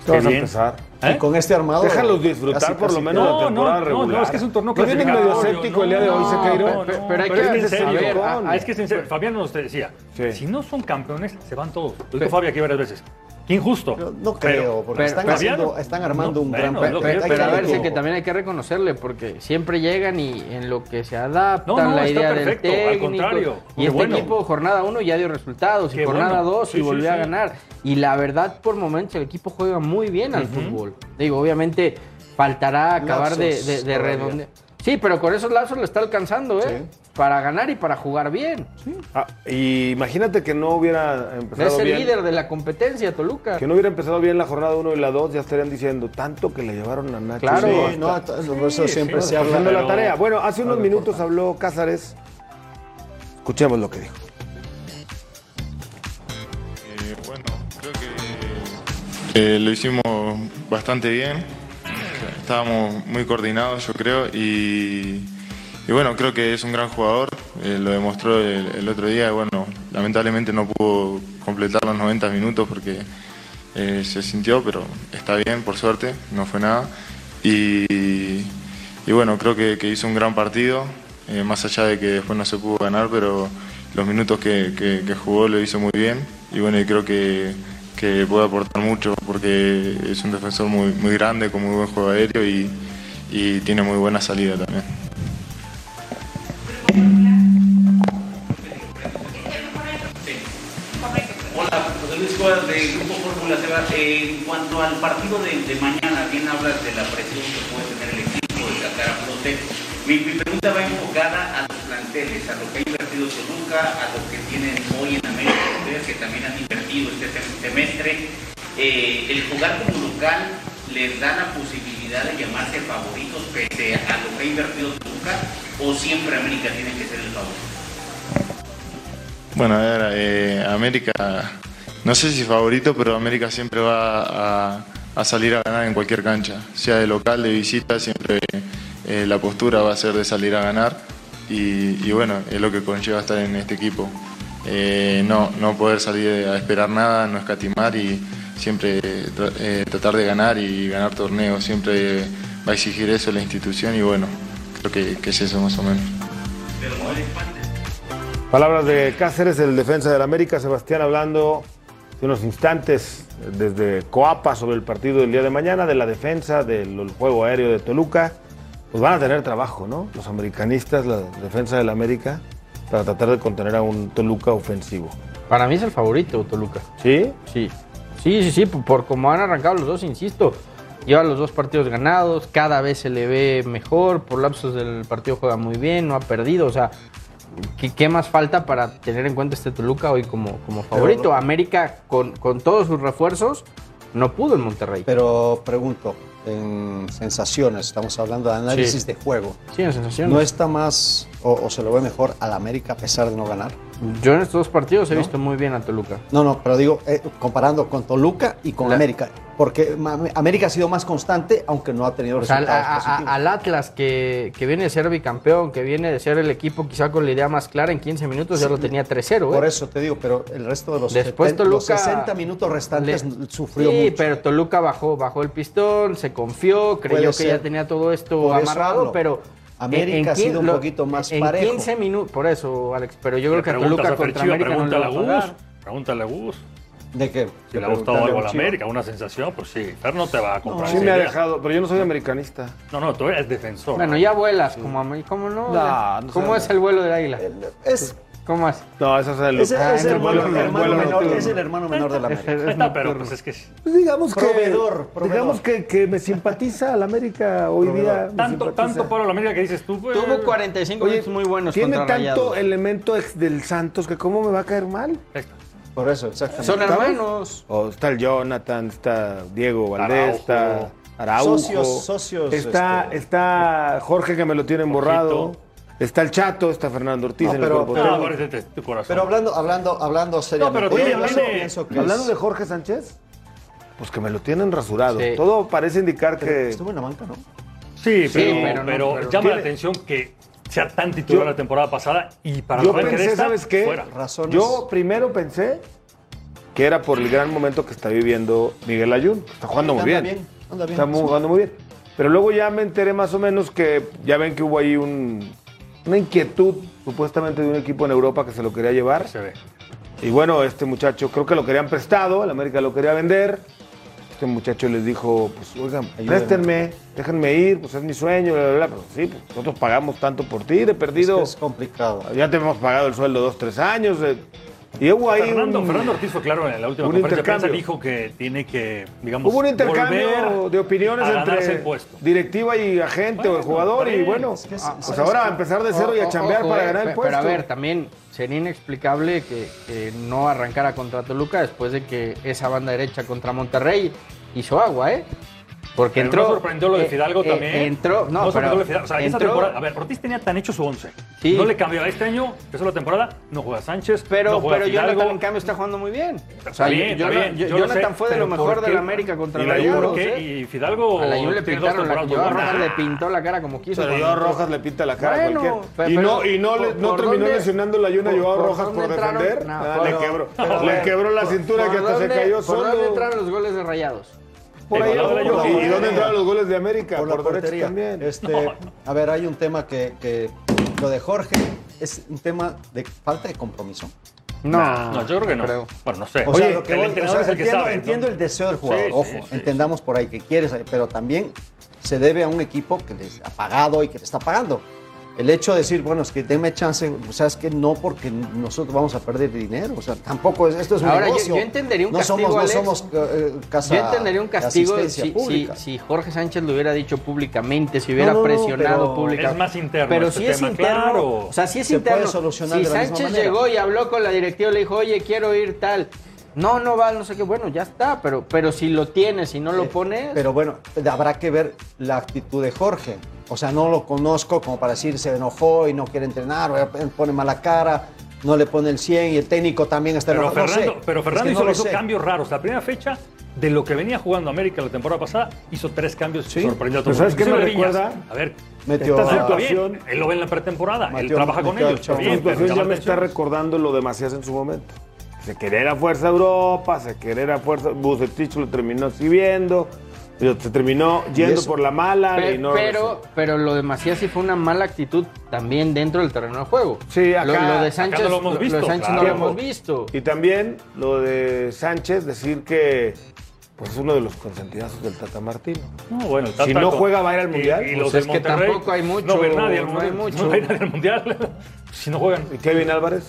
Te vas a empezar. ¿Eh? Y con este armado. Déjalos disfrutar casi, por casi. lo menos No, la temporada no, no, regular. no, es que es un torneo Yo vine medio clasificatorio, escéptico no, el día de hoy, no, Sequeiro. pero- pero- pero hay es que- es que en necesario. serio. a ver, Ah, es que es en serio. Fabián nos decía, Sí. si no son campeones, se van todos. Lo dijo Fabi aquí varias veces. Qué injusto. No, no creo, porque pero- están, pero- haciendo- Fabián, están armando no, un bueno, gran es lo que hay yo- Pero, pero a darle ver, sí tiempo. que también hay que reconocerle, porque siempre llegan y en lo que se adaptan, No, no, la está idea perfecto, al del técnico. contrario. Y Qué este bueno. equipo, jornada 1 ya dio resultados, Qué y jornada bueno. 2 Sí, y sí, volvió a sí. ganar. Y la verdad, por momentos, el equipo juega muy bien al fútbol. Digo, obviamente, faltará acabar de, Lapsos de- de todavía. redondear. Sí, pero con esos lazos lo está alcanzando, ¿eh? Para ganar y para jugar bien. Ah, y imagínate que no hubiera empezado es el bien. líder de la competencia, Toluca. Que no hubiera empezado bien la jornada 1 y la 2, ya estarían diciendo tanto que le llevaron a Nacho. Claro. Sí, Sí, no, t- por eso siempre se haciendo habla. la tarea. Bueno, hace unos minutos habló Cázares. Escuchemos lo que dijo. Eh, bueno, creo que eh, lo hicimos bastante bien. Estábamos muy coordinados, yo creo. Y, y bueno, creo que es un gran jugador. eh, lo demostró el, el otro día. Y bueno, lamentablemente no pudo completar los 90 minutos porque eh, se sintió, pero está bien, por suerte. No fue nada. Y, y bueno, creo que, que hizo un gran partido. eh, más allá de que después no se pudo ganar, pero los minutos que, que- que jugó lo hizo muy bien. Y bueno, y creo que, que puede aportar mucho porque es un defensor muy, muy grande, con muy buen juego aéreo y, y tiene muy buena salida también. Hola, José Luis Cuevas de Grupo Fórmula Ceba. Eh, en cuanto al partido de, de mañana, bien hablas de la presión que puede tener el equipo, de sacar a flote. Mi, mi pregunta va enfocada a los planteles, a lo que ha invertido Toluca, a lo que tienen hoy en América, ustedes que también han invertido este sem- semestre. Eh, el jugar como local les da la posibilidad de llamarse favoritos pese a lo que ha invertido Toluca, o siempre América tiene que ser el favorito. Bueno, a ver, eh, América, no sé si favorito, pero América siempre va a, a salir a ganar en cualquier cancha, sea de local, de visita, siempre eh, la postura va a ser de salir a ganar y, y bueno, es lo que conlleva estar en este equipo. Eh, no, no poder salir a esperar nada, no escatimar y siempre tra- eh, tratar de ganar y ganar torneos, siempre va a exigir eso la institución y bueno, creo que, que es eso más o menos. Palabras de Cáceres, el defensa del América, Sebastián hablando de unos instantes desde Coapa sobre el partido del día de mañana, de la defensa, del juego aéreo de Toluca. Pues van a tener trabajo, ¿no? Los americanistas, la defensa del América, para tratar de contener a un Toluca ofensivo. Para mí es el favorito, Toluca. ¿Sí? Sí, sí, sí, sí, por, por como han arrancado los dos, insisto. Lleva los dos partidos ganados, cada vez se le ve mejor, por lapsos del partido juega muy bien, no ha perdido, o sea, ¿qué, qué más falta para tener en cuenta este Toluca hoy como, como favorito? América, con, con todos sus refuerzos, no pudo en Monterrey. Pero pregunto, en sensaciones, estamos hablando de análisis Sí. de juego. Ah, sí, en sensación. ¿No está más o, o se lo ve mejor al América a pesar de no ganar? Yo en estos dos partidos he visto muy bien a Toluca. No, no, pero digo, eh, comparando con Toluca y con La- América. Porque ma- América ha sido más constante, aunque no ha tenido O sea, al, resultados a- a- positivos. al Atlas, que, que viene de ser bicampeón, que viene de ser el equipo quizá con la idea más clara, en 15 minutos ya lo tenía 3-0. ¿eh? Por eso te digo, pero el resto de los, Después 70 los Toluca- 60 minutos restantes Le- sufrió sí, mucho. pero Toluca bajó, bajó el pistón, se confió, creyó Puede que ser. ya tenía todo esto Por eso amarrado, hablo. pero América ha quin- sido un lo- poquito más en parejo. 15 minutos, por eso, Alex, pero yo creo Le que a preguntas Toluca a Fer contra Chiva, América no le va pregúntale a a Gus, pagar. pregúntale a Gus. ¿De qué? Si le ha gustado algo a la Chivas. América, una sensación, pues sí. Fer no te va a comprar. Sí esa me ha idea. dejado, pero yo no soy americanista. No, no, tú eres defensor. Bueno, ya vuelas como América, ¿cómo no? No, O sea, no ¿Cómo sé. es el vuelo del águila? Es, ¿Cómo es? No, eso es el... es, Ah, es el, no, hermano, vuelo- hermano vuelo menor, nocturno. es el hermano menor de la América. Es- es No, pero nocturno. pues es que sí. Pues digamos que, Proveedor, proveedor. Digamos que, que me simpatiza al América hoy día. me tanto, simpatiza. tanto para la América que dices tú, pues, Tuvo 45 Oye, minutos muy buenos Tiene contra tanto Rayados. elemento ex del Santos que cómo me va a caer mal. Por eso, exactamente. Son ¿Estamos? hermanos. O está el Jonathan, está Diego Valdés, Araujo. está Araujo. Socios, socios, Está, este- está Jorge que me lo tienen borrado. Está el Chato, está Fernando Ortiz No, en pero- el cuerpo No, pero- técnico. pero es de- de tu corazón. Pero hablando, hablando, hablando seriamente. pero tiene- yo tiene- pienso que Hablando es- de Jorge Sánchez, pues que me lo tienen rasurado. Sí. Todo parece indicar que Estuvo en la banca, ¿no? Sí, pero, pero no, pero pero- llama la Tiene- atención que sea tan titular Yo- la temporada pasada y para Yo Rafael pensé, Guerrero está ¿sabes qué? fuera. Yo primero pensé que era por el gran momento que está viviendo Miguel Ayun. Está jugando muy Anda bien. bien, anda bien. Está muy- Sí. jugando muy bien. Pero luego ya me enteré más o menos que ya ven que hubo ahí un- una inquietud supuestamente de un equipo en Europa que se lo quería llevar. Y bueno, este muchacho creo que lo querían prestado, el América lo quería vender. Este muchacho les dijo, pues oigan, Ayúdenme. préstenme, déjenme ir, pues es mi sueño, bla, bla, bla. Pues, sí, pues, nosotros pagamos tanto por ti, de perdido. Es complicado. Ya te hemos pagado el sueldo dos, tres años. eh. Y hubo ahí Fernando, un, Fernando Ortiz fue claro en la última un conferencia de prensa, intercambio. dijo que tiene que, digamos, hubo un intercambio volver de opiniones a ganarse entre el puesto. directiva y agente o el jugador. está Y bien. bueno, Es que es- ah, pues ¿sabes ahora a qué? empezar de cero y O- a o- chambear ojo, para eh, ganar el pe- puesto. Pero a ver, también sería inexplicable que, que no arrancara contra Toluca después de que esa banda derecha contra Monterrey hizo agua, ¿eh? Porque Pero entró. no sorprendió lo de eh, Fidalgo eh, también. Entró. No, sorprendió pero lo de Fidalgo. O sea, esa entró- temporada, a ver, Ortiz tenía tan hecho su once. Sí. No le cambió. Este año, empezó la temporada, no juega Sánchez, Pero, no juega pero Fidalgo. Jonathan, en cambio, está jugando muy bien. O sea, Está bien, yo- está bien, yo- yo lo Jonathan sé, fue de lo pero mejor ¿por de qué? la América contra ¿Y la Jun Rayados, por qué? ¿eh? Y Fidalgo A la Jun le tiene dos pintaron la, temporadas muy yo a buenas. Rojas le pintó la cara como quiso. Pero cuando Joao entró. Rojas le pinta la cara Bueno, a cualquiera. pe- y no, pero y no, le- ¿por- no por terminó dónde- lesionando la ayuna a por- Joao por Rojas dónde por entraron? defender. No, Ah, pero- le quebró, pero le bueno, quebró la ¿por- cintura que por hasta se dónde- cayó ¿Por dónde solo. entraron los goles de Rayados? Por El ahí, goleador de la ojo. Juve. ¿Y dónde entraron los goles de América? por la derecha portería. también. Este, A ver, hay un tema que, que lo de Jorge es un tema de falta de compromiso. No, No, yo creo que no. Bueno, no sé. O sea, lo que el voy- entrenador o sea, es el que entiendo, sabe. entiendo el deseo del jugador. Sí, Ojo, sí, sí, entendamos por ahí que quieres, pero también se debe a un equipo que les ha pagado y que te está pagando. El hecho de decir, bueno, es que deme chance, o sea, es que no porque nosotros vamos a perder dinero, o sea, tampoco es, esto es un Ahora, yo- negocio. yo entendería un no castigo, Somos, Alex. no somos eh, casa Yo entendería un de castigo asistencia si, si, pública. si Jorge Sánchez lo hubiera dicho públicamente, si hubiera no, no, presionado pero- públicamente. Es más interno Pero este si es tema, interno. claro. O sea, si es Se puede interno. solucionar si de la misma Sánchez manera. llegó y habló con la directiva, le dijo, oye, quiero ir tal. No, no va, no sé qué. Bueno, ya está, pero, pero si lo tienes y no lo pones. Pero bueno, habrá que ver la actitud de Jorge. O sea, no lo conozco como para decir se enojó y no quiere entrenar, o pone mala cara, no le pone el 100 y el técnico también está Pero enojado. No Fernando, sé. pero Es Fernando que hizo no lo los sé. cambios raros. La primera fecha de lo que venía jugando América la temporada pasada, hizo tres cambios y Sí. sorprendió a Pero todos. ¿sabes qué me Inclusive Viñas. recuerda? A ver, Metió está- a- está bien. Él lo ve en la pretemporada. Él Metió- trabaja con metió al ellos. Está Chavo. bien, pero Entonces ya llama me la está atención. recordando lo de Macías en su momento. Se quería ir a Fuerza Europa, se quería ir a Fuerza... Bucetich lo terminó sirviendo, y se terminó yendo eso- por la mala Pe- y no pero, pero lo de Macías sí fue una mala actitud también dentro del terreno de juego. Sí, acá- lo, lo acá de Sánchez, no lo hemos visto, de Sánchez no lo claro. hemos visto. Y también lo de Sánchez decir que pues, es uno de los consentidazos del Tata Martino. No, bueno, el Tata Si no con- juega, va a ir al Mundial. Y, y Pues los es del que Monterrey, tampoco hay mucho, No ve nadie al no mundial. hay mucho. No ve nadie al mundial. si no juegan. ¿Y Kevin Álvarez?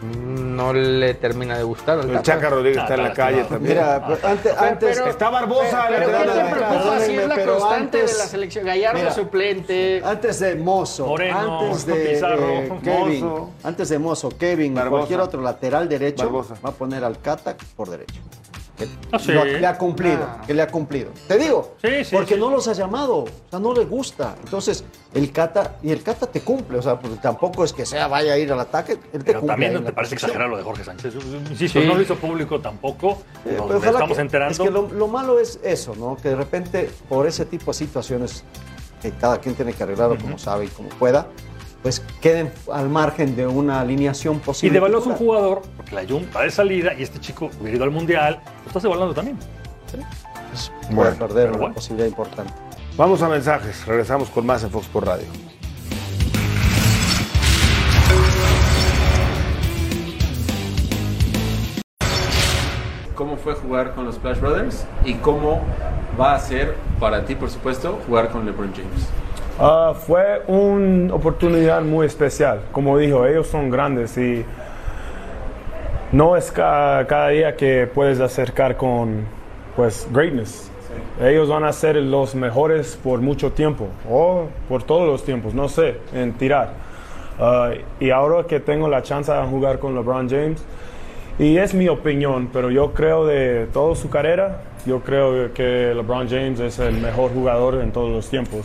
No le termina de gustar. al El Tata. Chaca Rodríguez está en Ah, la calle también. Mira, pues, ante- antes. pero- está Barbosa, lateral Pero ¿qué te derecho. preocupa si Perdónenme, es la pero constante antes- de la selección? Gallardo Mira. suplente. Antes de Mozo, Moreno, antes de Pizarro, eh, Kevin, Mozo. antes de Mozo, Kevin, y Barbosa. cualquier otro lateral derecho Barbosa. va a poner al Cata por derecho. Que Ah, sí. Ah. lo- le ha cumplido, que le ha cumplido. Te digo, Sí, sí, porque sí. no los ha llamado, o sea, no le gusta. Entonces, el Cata y el Cata te cumple, o sea, pues, tampoco es que sea vaya a ir al ataque, él te Pero cumple también ahí no en te la parece posición. exagerado lo de Jorge Sánchez. Insisto, Sí. no lo hizo público tampoco. Eh, Nos pero ojalá estamos que- enterando. Es que lo, lo malo es eso, ¿no? Que de repente, por ese tipo de situaciones, que cada quien tiene que arreglarlo como sabe y como pueda, pues queden al margen de una alineación Y posible. devaluas un titular. jugador, porque la Jun va de salida y este chico hubiera ido al mundial. Lo estás devaluando también. Puede perder pero una bueno. posibilidad importante. Vamos a mensajes. Regresamos con más en Fox por Radio. cómo fue jugar con los Splash Brothers y cómo va a ser para ti, por supuesto, jugar con LeBron James. Pues Ah, fue una oportunidad muy especial. Como dijo, ellos son grandes y no es ca- cada día que puedes acercar con pues greatness. Ellos van a ser los mejores por mucho tiempo o por todos los tiempos, no sé, en tirar. Ah, y ahora que tengo la chance de jugar con LeBron James, y es mi opinión, pero yo creo de toda su carrera, yo creo que LeBron James es el mejor jugador en todos los tiempos.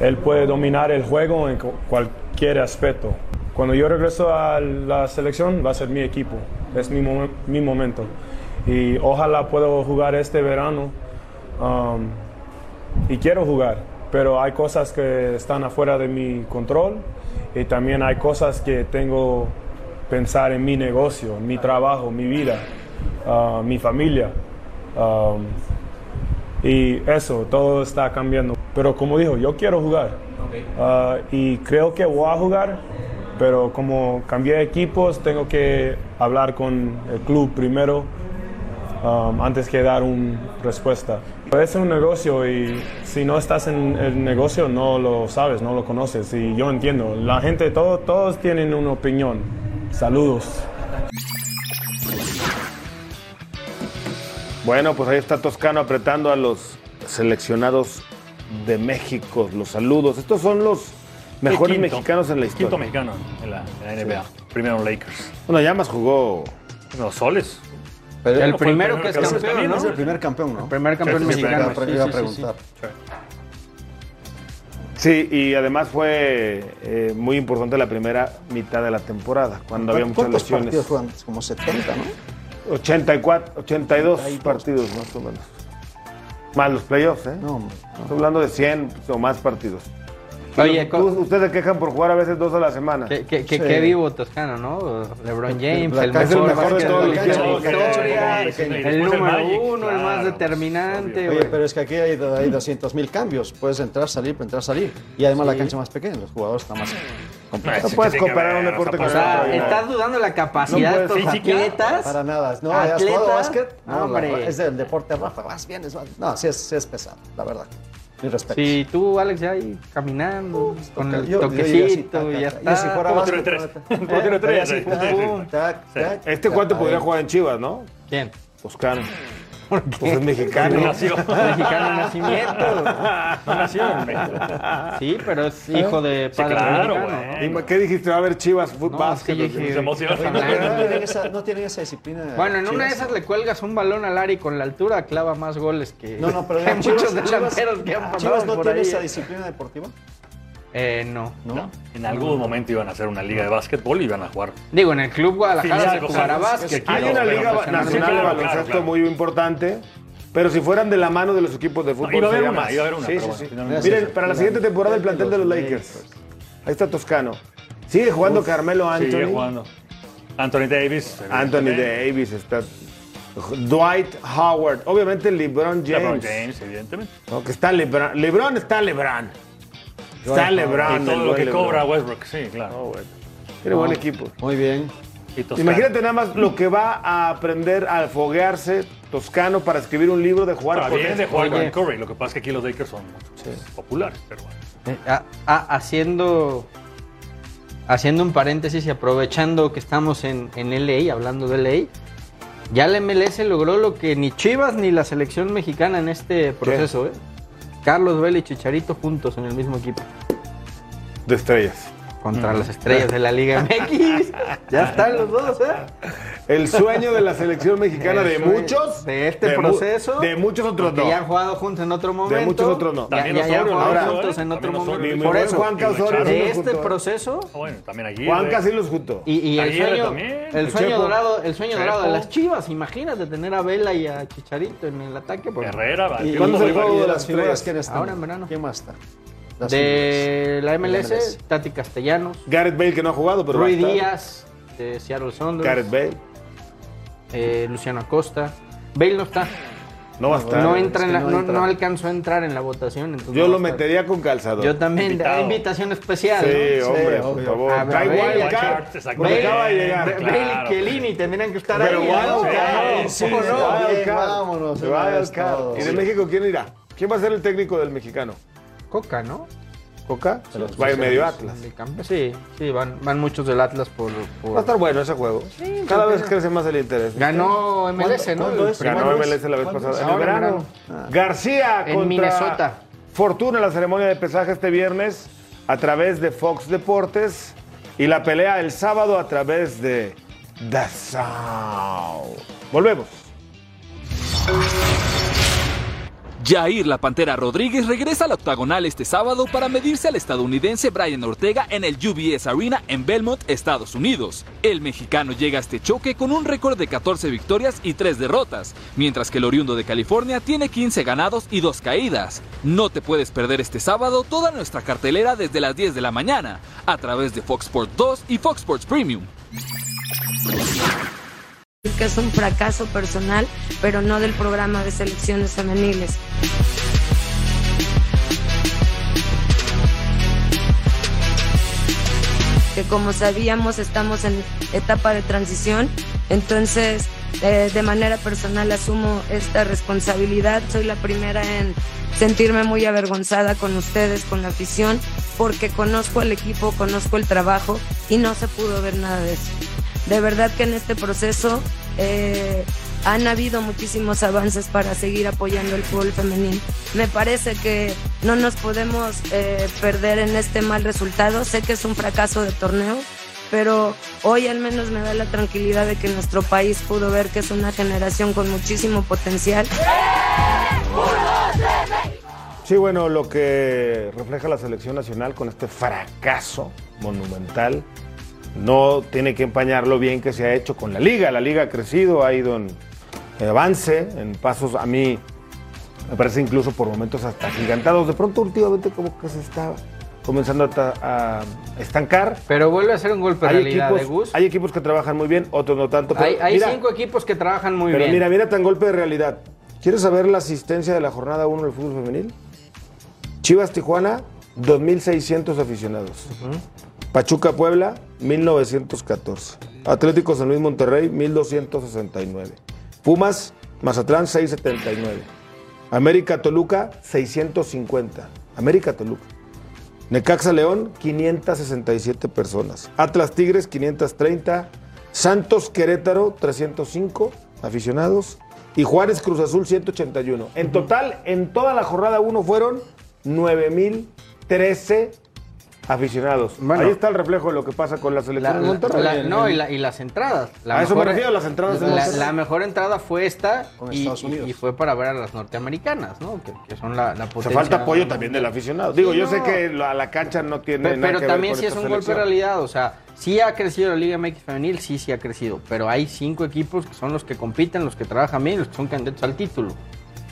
Él puede dominar el juego en cu- cualquier aspecto. Cuando yo regreso a la selección va a ser mi equipo, es mi, momen- mi momento. Y ojalá puedo jugar este verano um, y quiero jugar, pero hay cosas que están afuera de mi control y también hay cosas que tengo pensar en mi negocio, en mi trabajo, mi vida, ah, mi familia. Um, y eso, todo está cambiando. Pero como dijo, yo quiero jugar. Ah, y creo que voy a jugar, pero como cambié de equipos, tengo que hablar con el club primero um, antes que dar una respuesta. Es un negocio y si no estás en el negocio no lo sabes, no lo conoces. Y yo entiendo, la gente, todo- todos tienen una opinión. Saludos. Bueno, pues ahí está Toscano apretando a los seleccionados de México. Los saludos. Estos son los mejores El quinto. mexicanos en la El historia. Quinto mexicano en la, en la NBA. Primero Lakers. Bueno, ya más jugó. Los soles. Pero Ya el no fue primero que es campeón, campeón, ¿no? Es el primer campeón, ¿no? El primer campeón Sí, sí, sí, mexicano. sí, iba a Sí, sí, sí, preguntar. Sí, y además fue eh, muy importante la primera mitad de la temporada, cuando había muchas ¿Cuántos lesiones. partidos juegan? Pues Como 70, ¿no? 84, 82 partidos más o menos. Más los playoffs, ¿eh? No, Estoy hablando de 100 o más partidos. Oye, Tú- ustedes se quejan por jugar a veces dos a la semana. Que, que, que, que vivo Toscano, ¿no? LeBron James, La el cancha- es mejor, el mejor de todos los básquetbol tiempos. de la historia, Sí, sí, sí. el Después el número Magic, uno, el más claro, determinante. Oye, güey. pero es que aquí hay, hay 200 mil cambios. Puedes entrar, salir, entrar, salir. Y además la cancha más pequeña, los jugadores están más complicados. No, es puedes que tiene que comparar ver, un deporte o sea, pues, ah, con otro, o sea, ¿estás no. dudando la capacidad de estos atletas? Para nada. No, ¿has ¿Atletas? jugado básquet? pues, No, Hombre. la- es del deporte Rafa. Vas bien, es- No, sí es, sí es pesado, la verdad. Mi respeto. Sí, tú, Alex, ya ahí caminando, pues, con toca- el yo- yo llegué así, toquecito, taca, y ya taca. Yo está. si fuera Como básquet, tiro de tres. taca, taca. Como tiro de tres, Eh, sí. así, pum, tac, tac. Este cuate podría jugar en Chivas, ¿no? ¿Quién? Toscano. Pues es mexicano. No nació. Mexicano de nacimiento. No nació en México. Sí, pero es hijo de padre mexicano, ¿no? ¿Eh? ¿Y ¿Qué dijiste? Va a ver Chivas, fútbol, básquet. yo dije- no sé. Se emocionó. Oye, No, no tienen esa, no tienen esa disciplina. Bueno, en una de Chivas. esas le cuelgas un balón al Ari con la altura, clava más goles que, No, no, pero que Chivas- muchos Chivas- delanteros que han pasado Chivas no por tiene ahí. esa disciplina deportiva. Eh, no. ¿No? En algún momento iban a hacer una liga de básquetbol y iban a jugar. Digo, en el Club Guadalajara Filial, se o sea, jugará es- básquet. es- Hay Claro, una pero liga profesional, nacional de claro, claro, baloncesto claro. muy importante, pero si fueran de la mano de los equipos de fútbol. iba a haber sería una, más. iba a haber una, Sí, pero sí, bueno, sí. finalmente Miren, se- para la siguiente temporada el plantel de los Lakers. Ahí está Toscano. Sigue jugando Uf, Carmelo Anthony. sigue jugando. Anthony Davis. Anthony Davis está. Dwight Howard. Obviamente LeBron James. LeBron James, evidentemente. No, que está LeBron. LeBron está LeBron. Está LeBron. Y el todo lo buen que LeBron. cobra Westbrook, sí, claro. Oh, Tiene buen equipo. Muy bien. Imagínate nada más lo que va a aprender al foguearse Toscano para escribir un libro de jugar Ahora con viene de esto. jugar Oye, con Curry. Lo que pasa es que aquí los Lakers son mucho más populares, pero bueno. Eh, ah, ah, haciendo, haciendo un paréntesis y aprovechando que estamos en, en LA, hablando de LA, ya la MLS logró lo que ni Chivas ni la selección mexicana en este proceso. ¿eh? Carlos Vela y Chicharito juntos en el mismo equipo. De estrellas. Contra las estrellas de la Liga MX. Ya están los dos, ¿eh? El sueño de la selección mexicana El de sueño muchos. De este mu- proceso. De muchos otros que no. ya han jugado juntos en otro momento. De muchos otros no. Ya, También ya- ya han Osorio, jugado ¿no? Ahora, juntos en otro también Osorio. Ah, momento. Mi Por buen eso, Juan Osorio de nos este juntó. proceso. Bueno, también aquí. Juan casi los juntó. Y, y el Aguirre sueño, también, el el sueño Chepo. dorado, el sueño dorado de Chepo. las Chivas, imagínate tener a Vela y a Chicharito en el ataque. bueno. Herrera, ¿Y, Valdés, y, Bolívar. y de las figuras quién está? Ahora en verano. ¿Quién más está? Las De la MLS, De la MLS. Tati Castellanos, Gareth Bale que no ha jugado, pero. Rui va a estar. Díaz de Seattle Sounders, Gareth Bale. eh, Luciano Acosta. Bale no está. No va a estar. No, entra Es en que la- no no, entra. no alcanzó a entrar en la votación. entonces Yo no lo va a estar. metería con calzador. Yo también. Invitado. Ah, invitación especial. Sí, ¿no? hombre, por favor. A ver, Trae Bale, wild acá- card, Bale, porque acaba de llegar. Bale Claro. y Chiellini tendrían que estar Pero ahí. wild ¿no? card, Sí, ¿cómo sí, no? wild Bien, card. vámonos, Se una va vez al card. todos. ¿Y de México quién irá? ¿Quién va a ser el técnico del mexicano? Coca, ¿no? ¿Coca? va pues, en medio Atlas. De campo. Sí, sí, van, van muchos del Atlas por. por- Va a estar bueno ese juego. Cada vez crece más el interés. Ganó MLS, ¿no? ¿Cuándo es? Ganó ¿Cuándo es? MLS la vez ¿Cuándo pasada. es? En el Ahora en verano. García En contra Minnesota. Fortuna, la ceremonia de pesaje este viernes a través de Fox Deportes y la pelea el sábado a través de The Sound. Volvemos. Jair La Pantera Rodríguez regresa al octagonal este sábado para medirse al estadounidense Brian Ortega en el UBS Arena en Belmont, Estados Unidos. El mexicano llega a este choque con un récord de 14 victorias y 3 derrotas, mientras que el oriundo de California tiene 15 ganados y 2 caídas. No te puedes perder este sábado toda nuestra cartelera desde las 10 de la mañana, a través de Fox Sports 2 y Fox Sports Premium. que es un fracaso personal, pero no del programa de selecciones femeniles. Que como sabíamos estamos en etapa de transición, entonces eh, de manera personal asumo esta responsabilidad. Soy la primera en sentirme muy avergonzada con ustedes, con la afición, porque conozco al equipo, conozco el trabajo y no se pudo ver nada de eso. De verdad que en este proceso eh, han habido muchísimos avances para seguir apoyando el fútbol femenino. Me parece que no nos podemos eh, perder en este mal resultado. Sé que es un fracaso de torneo, pero hoy al menos me da la tranquilidad de que nuestro país pudo ver que es una generación con muchísimo potencial. Sí, bueno, lo que refleja la selección nacional con este fracaso monumental no tiene que empañar lo bien que se ha hecho con la liga. La liga ha crecido, ha ido en, en avance, en pasos a mí me parece incluso por momentos hasta gigantados. De pronto últimamente como que se está comenzando a, ta- a estancar. Pero vuelve a ser un golpe de hay realidad equipos, de Gus. Hay equipos que trabajan muy bien, otros no tanto. pero Hay, hay mira, cinco equipos que trabajan muy pero bien. mira, mira tan golpe de realidad. ¿Quieres saber la asistencia de la jornada 1 del fútbol femenil? Chivas Tijuana, 2.600 aficionados. Pachuca Puebla, 1914. Atlético San Luis Monterrey, 1269. Pumas, Mazatlán, 679. América Toluca, 650. América Toluca. Necaxa León, 567 personas. Atlas Tigres, 530. Santos Querétaro, 305 aficionados. Y Juárez Cruz Azul, 181. En total, en toda la jornada 1 fueron 9013 aficionados. Ahí está el reflejo de lo que pasa con la selección La- de la- Monterrey. la- no, y, la- y las entradas. La A eso me refiero, las entradas de la, Monterrey. la mejor entrada fue esta y, y- y fue para ver a las norteamericanas, ¿no? Que, que son la, la O potencia. sea, falta apoyo también del aficionado. Digo, Sí, yo no. sé que la, la cancha no Pe- tiene Pero, nada que ver también con sí es esta un golpe de selección. realidad, o sea, sí ha crecido la Liga MX femenil, sí, sí ha crecido, pero hay cinco equipos que son los que compiten, los que trabajan bien, los que son candidatos al título.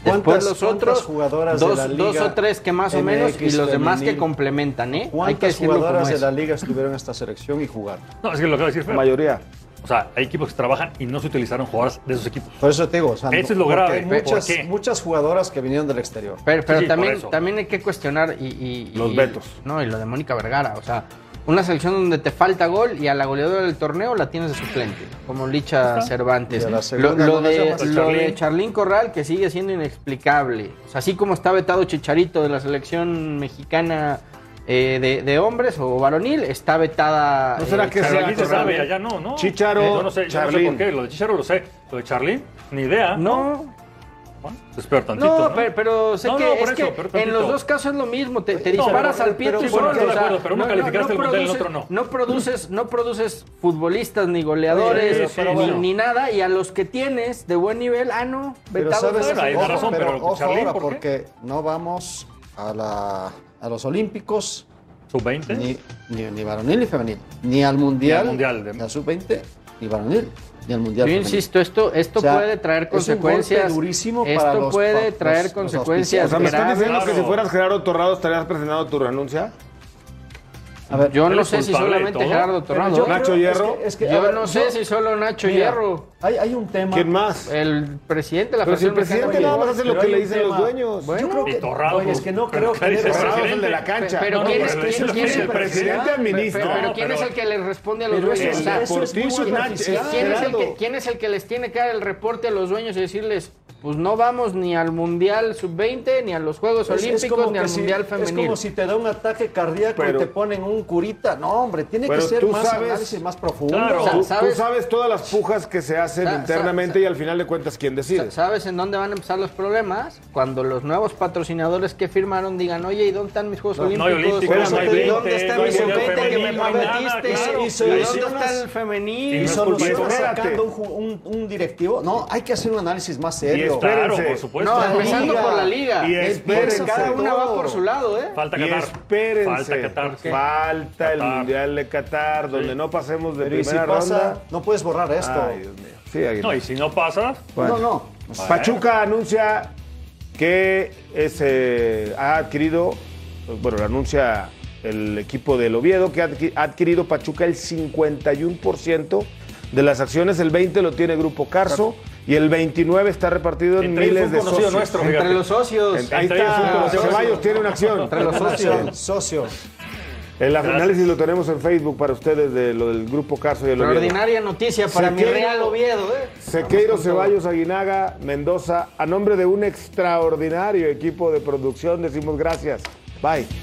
Después ¿Cuántas- los cuántas otros, jugadoras de dos, la dos Liga o tres que más o menos, y MX los demás que femenil? complementan, ¿eh? Hay que ¿Cuántas decirlo como jugadoras de es. la liga estuvieron en esta selección y jugaron? No, es que lo acaba de decir Fer. mayoría. O sea, hay equipos que trabajan y no se utilizaron jugadoras de esos equipos. Por eso te digo, o sea, Eso es lo porque grave. hay ¿Por Muchas, qué? muchas jugadoras que vinieron del exterior. Pero, pero Sí, también, por eso. también hay que cuestionar y, y- Los y- vetos. No, y lo de Mónica Vergara. O sea, una selección donde te falta gol y a la goleadora del torneo la tienes de suplente, como Licha Ajá. Cervantes. Y a la Lo, segunda, lo ¿cómo se de, llama? lo de Charlín. Charlín Corral, que sigue siendo inexplicable. O sea, así como está vetado Chicharito de la selección mexicana eh, de, de hombres o varonil, está vetada. ¿No será eh, que sea Charlín Aquí Ah, se Corral? sabe, allá no, ¿no? Chícharo, Eh, yo no sé, yo no sé Charlín. por qué. Lo de Chicharo lo sé. Lo de Charlín, ni idea. No. Bueno, te espero tantito. No, pero, pero sé No, que, no, es por que eso, pero en los tantito. dos casos es lo mismo, te, te No, disparas pero- al pie pero- tú sí, bueno, solo. estoy de o sea, acuerdo, pero uno calificaste el mundial, el otro no. No produces, no produces futbolistas, ni goleadores, Sí, sí, pero ni, bueno. ni nada, y a los que tienes de buen nivel, ah, no, Pero vetados. sabes, Bueno, ahí ojo, está razón, pero pero ojo Charlín, ahora, ¿por porque no vamos a, la, a los Olímpicos. ¿Sub-20? Ni, ni, ni varonil ni femenil. Ni al Mundial. Ni al ni a Sub-20, ni varonil, ni al Mundial. Yo femenil. insisto, esto, esto O sea, puede traer es un golpe consecuencias. durísimo esto para los- puede los- traer los consecuencias. O sea, ¿me estás graves. diciendo que si fueras Gerardo Torrado estarías presentando tu renuncia? A ver, Yo no sé si solamente Gerardo Torrado. ¿eh? Nacho Hierro. yo no sé si solo Nacho Mira, Hierro. Hay, hay un tema. ¿Quién más? El presidente de la Pero si el Federación presidente Mexicana de nada más hace Fútbol. lo que Pero le hay un dicen los tema. dueños. Bueno, Y Torrado, Oye, es que no creo que. Pero Torrado Torrado es el de la cancha. Pero No, ¿quién pero es el quién- presidente quién es el presidente presidente? administra. Pero- Pero No, ¿quién pero- es el que les responde a los Pero dueños? eso- O sea, eso es muy ¿quién inaficial. ¿Quién es el que- Gerardo. quién es el que les tiene que dar el reporte a los dueños y decirles, pues no vamos ni al Mundial Sub-20, ni a los Juegos Es- es Olímpicos, como ni que al si- Mundial Es Femenil? como si te da un ataque cardíaco Pero- y te ponen un curita. No, hombre, tiene que Pero ser tú más sabes- análisis más profundo. Claro, tú, tú ¿sabes? ¿sabes? todas las pujas que se hacen Sa- sa- internamente y al final de cuentas quién decide. ¿Sabes en dónde van a empezar los problemas? Cuando los nuevos patrocinadores que firmaron digan, oye, ¿y dónde están mis Juegos No, no Olímpicos? hay olímpicos, Por eso no hay te 20, digo, ¿Dónde está no mi hay Mundial Sub-20 que me Femenil, no hay nada, prometiste? claro. ¿Y Y dónde solucionas- está el femenil? Y no es culpa de solucionas Torrado. sacando un, ju- un- un directivo. No, hay que hacer un análisis más serio. serio. Claro, por supuesto. No, empezando por la liga. Y Porque espérense. cada una va por su lado, ¿eh? Falta Y Qatar. espérense. Falta Qatar. ¿Qué? Falta el Qatar. Mundial de Qatar, donde no pasemos de Pero y si primera pasa, ronda. no puedes borrar esto. Ay, Dios mío. Sí, Aguilar. No, y si no pasa, Bueno. No, no. Pachuca anuncia que es, eh, ha adquirido, bueno, lo anuncia el equipo del Oviedo, que ha adqui- ha adquirido Pachuca el 51% de las acciones, el 20% lo tiene Grupo Carso y el 29% está repartido en Entre ellos miles un de conocido socios. nuestro, Entre fíjate. los socios. En- ahí Entre ellos un está, conocido Ceballos nuestro. tiene una acción. Entre los Una socios. acción. Socios. El Gracias. análisis lo tenemos en Facebook para ustedes de lo del Grupo Carso y el Oviedo. Extraordinaria noticia para mi Sequeiro- Real Oviedo, ¿eh? Sequeiro, Vamos con todo. Ceballos, Aguinaga, Mendoza, a nombre de un extraordinario equipo de producción, decimos gracias. Bye.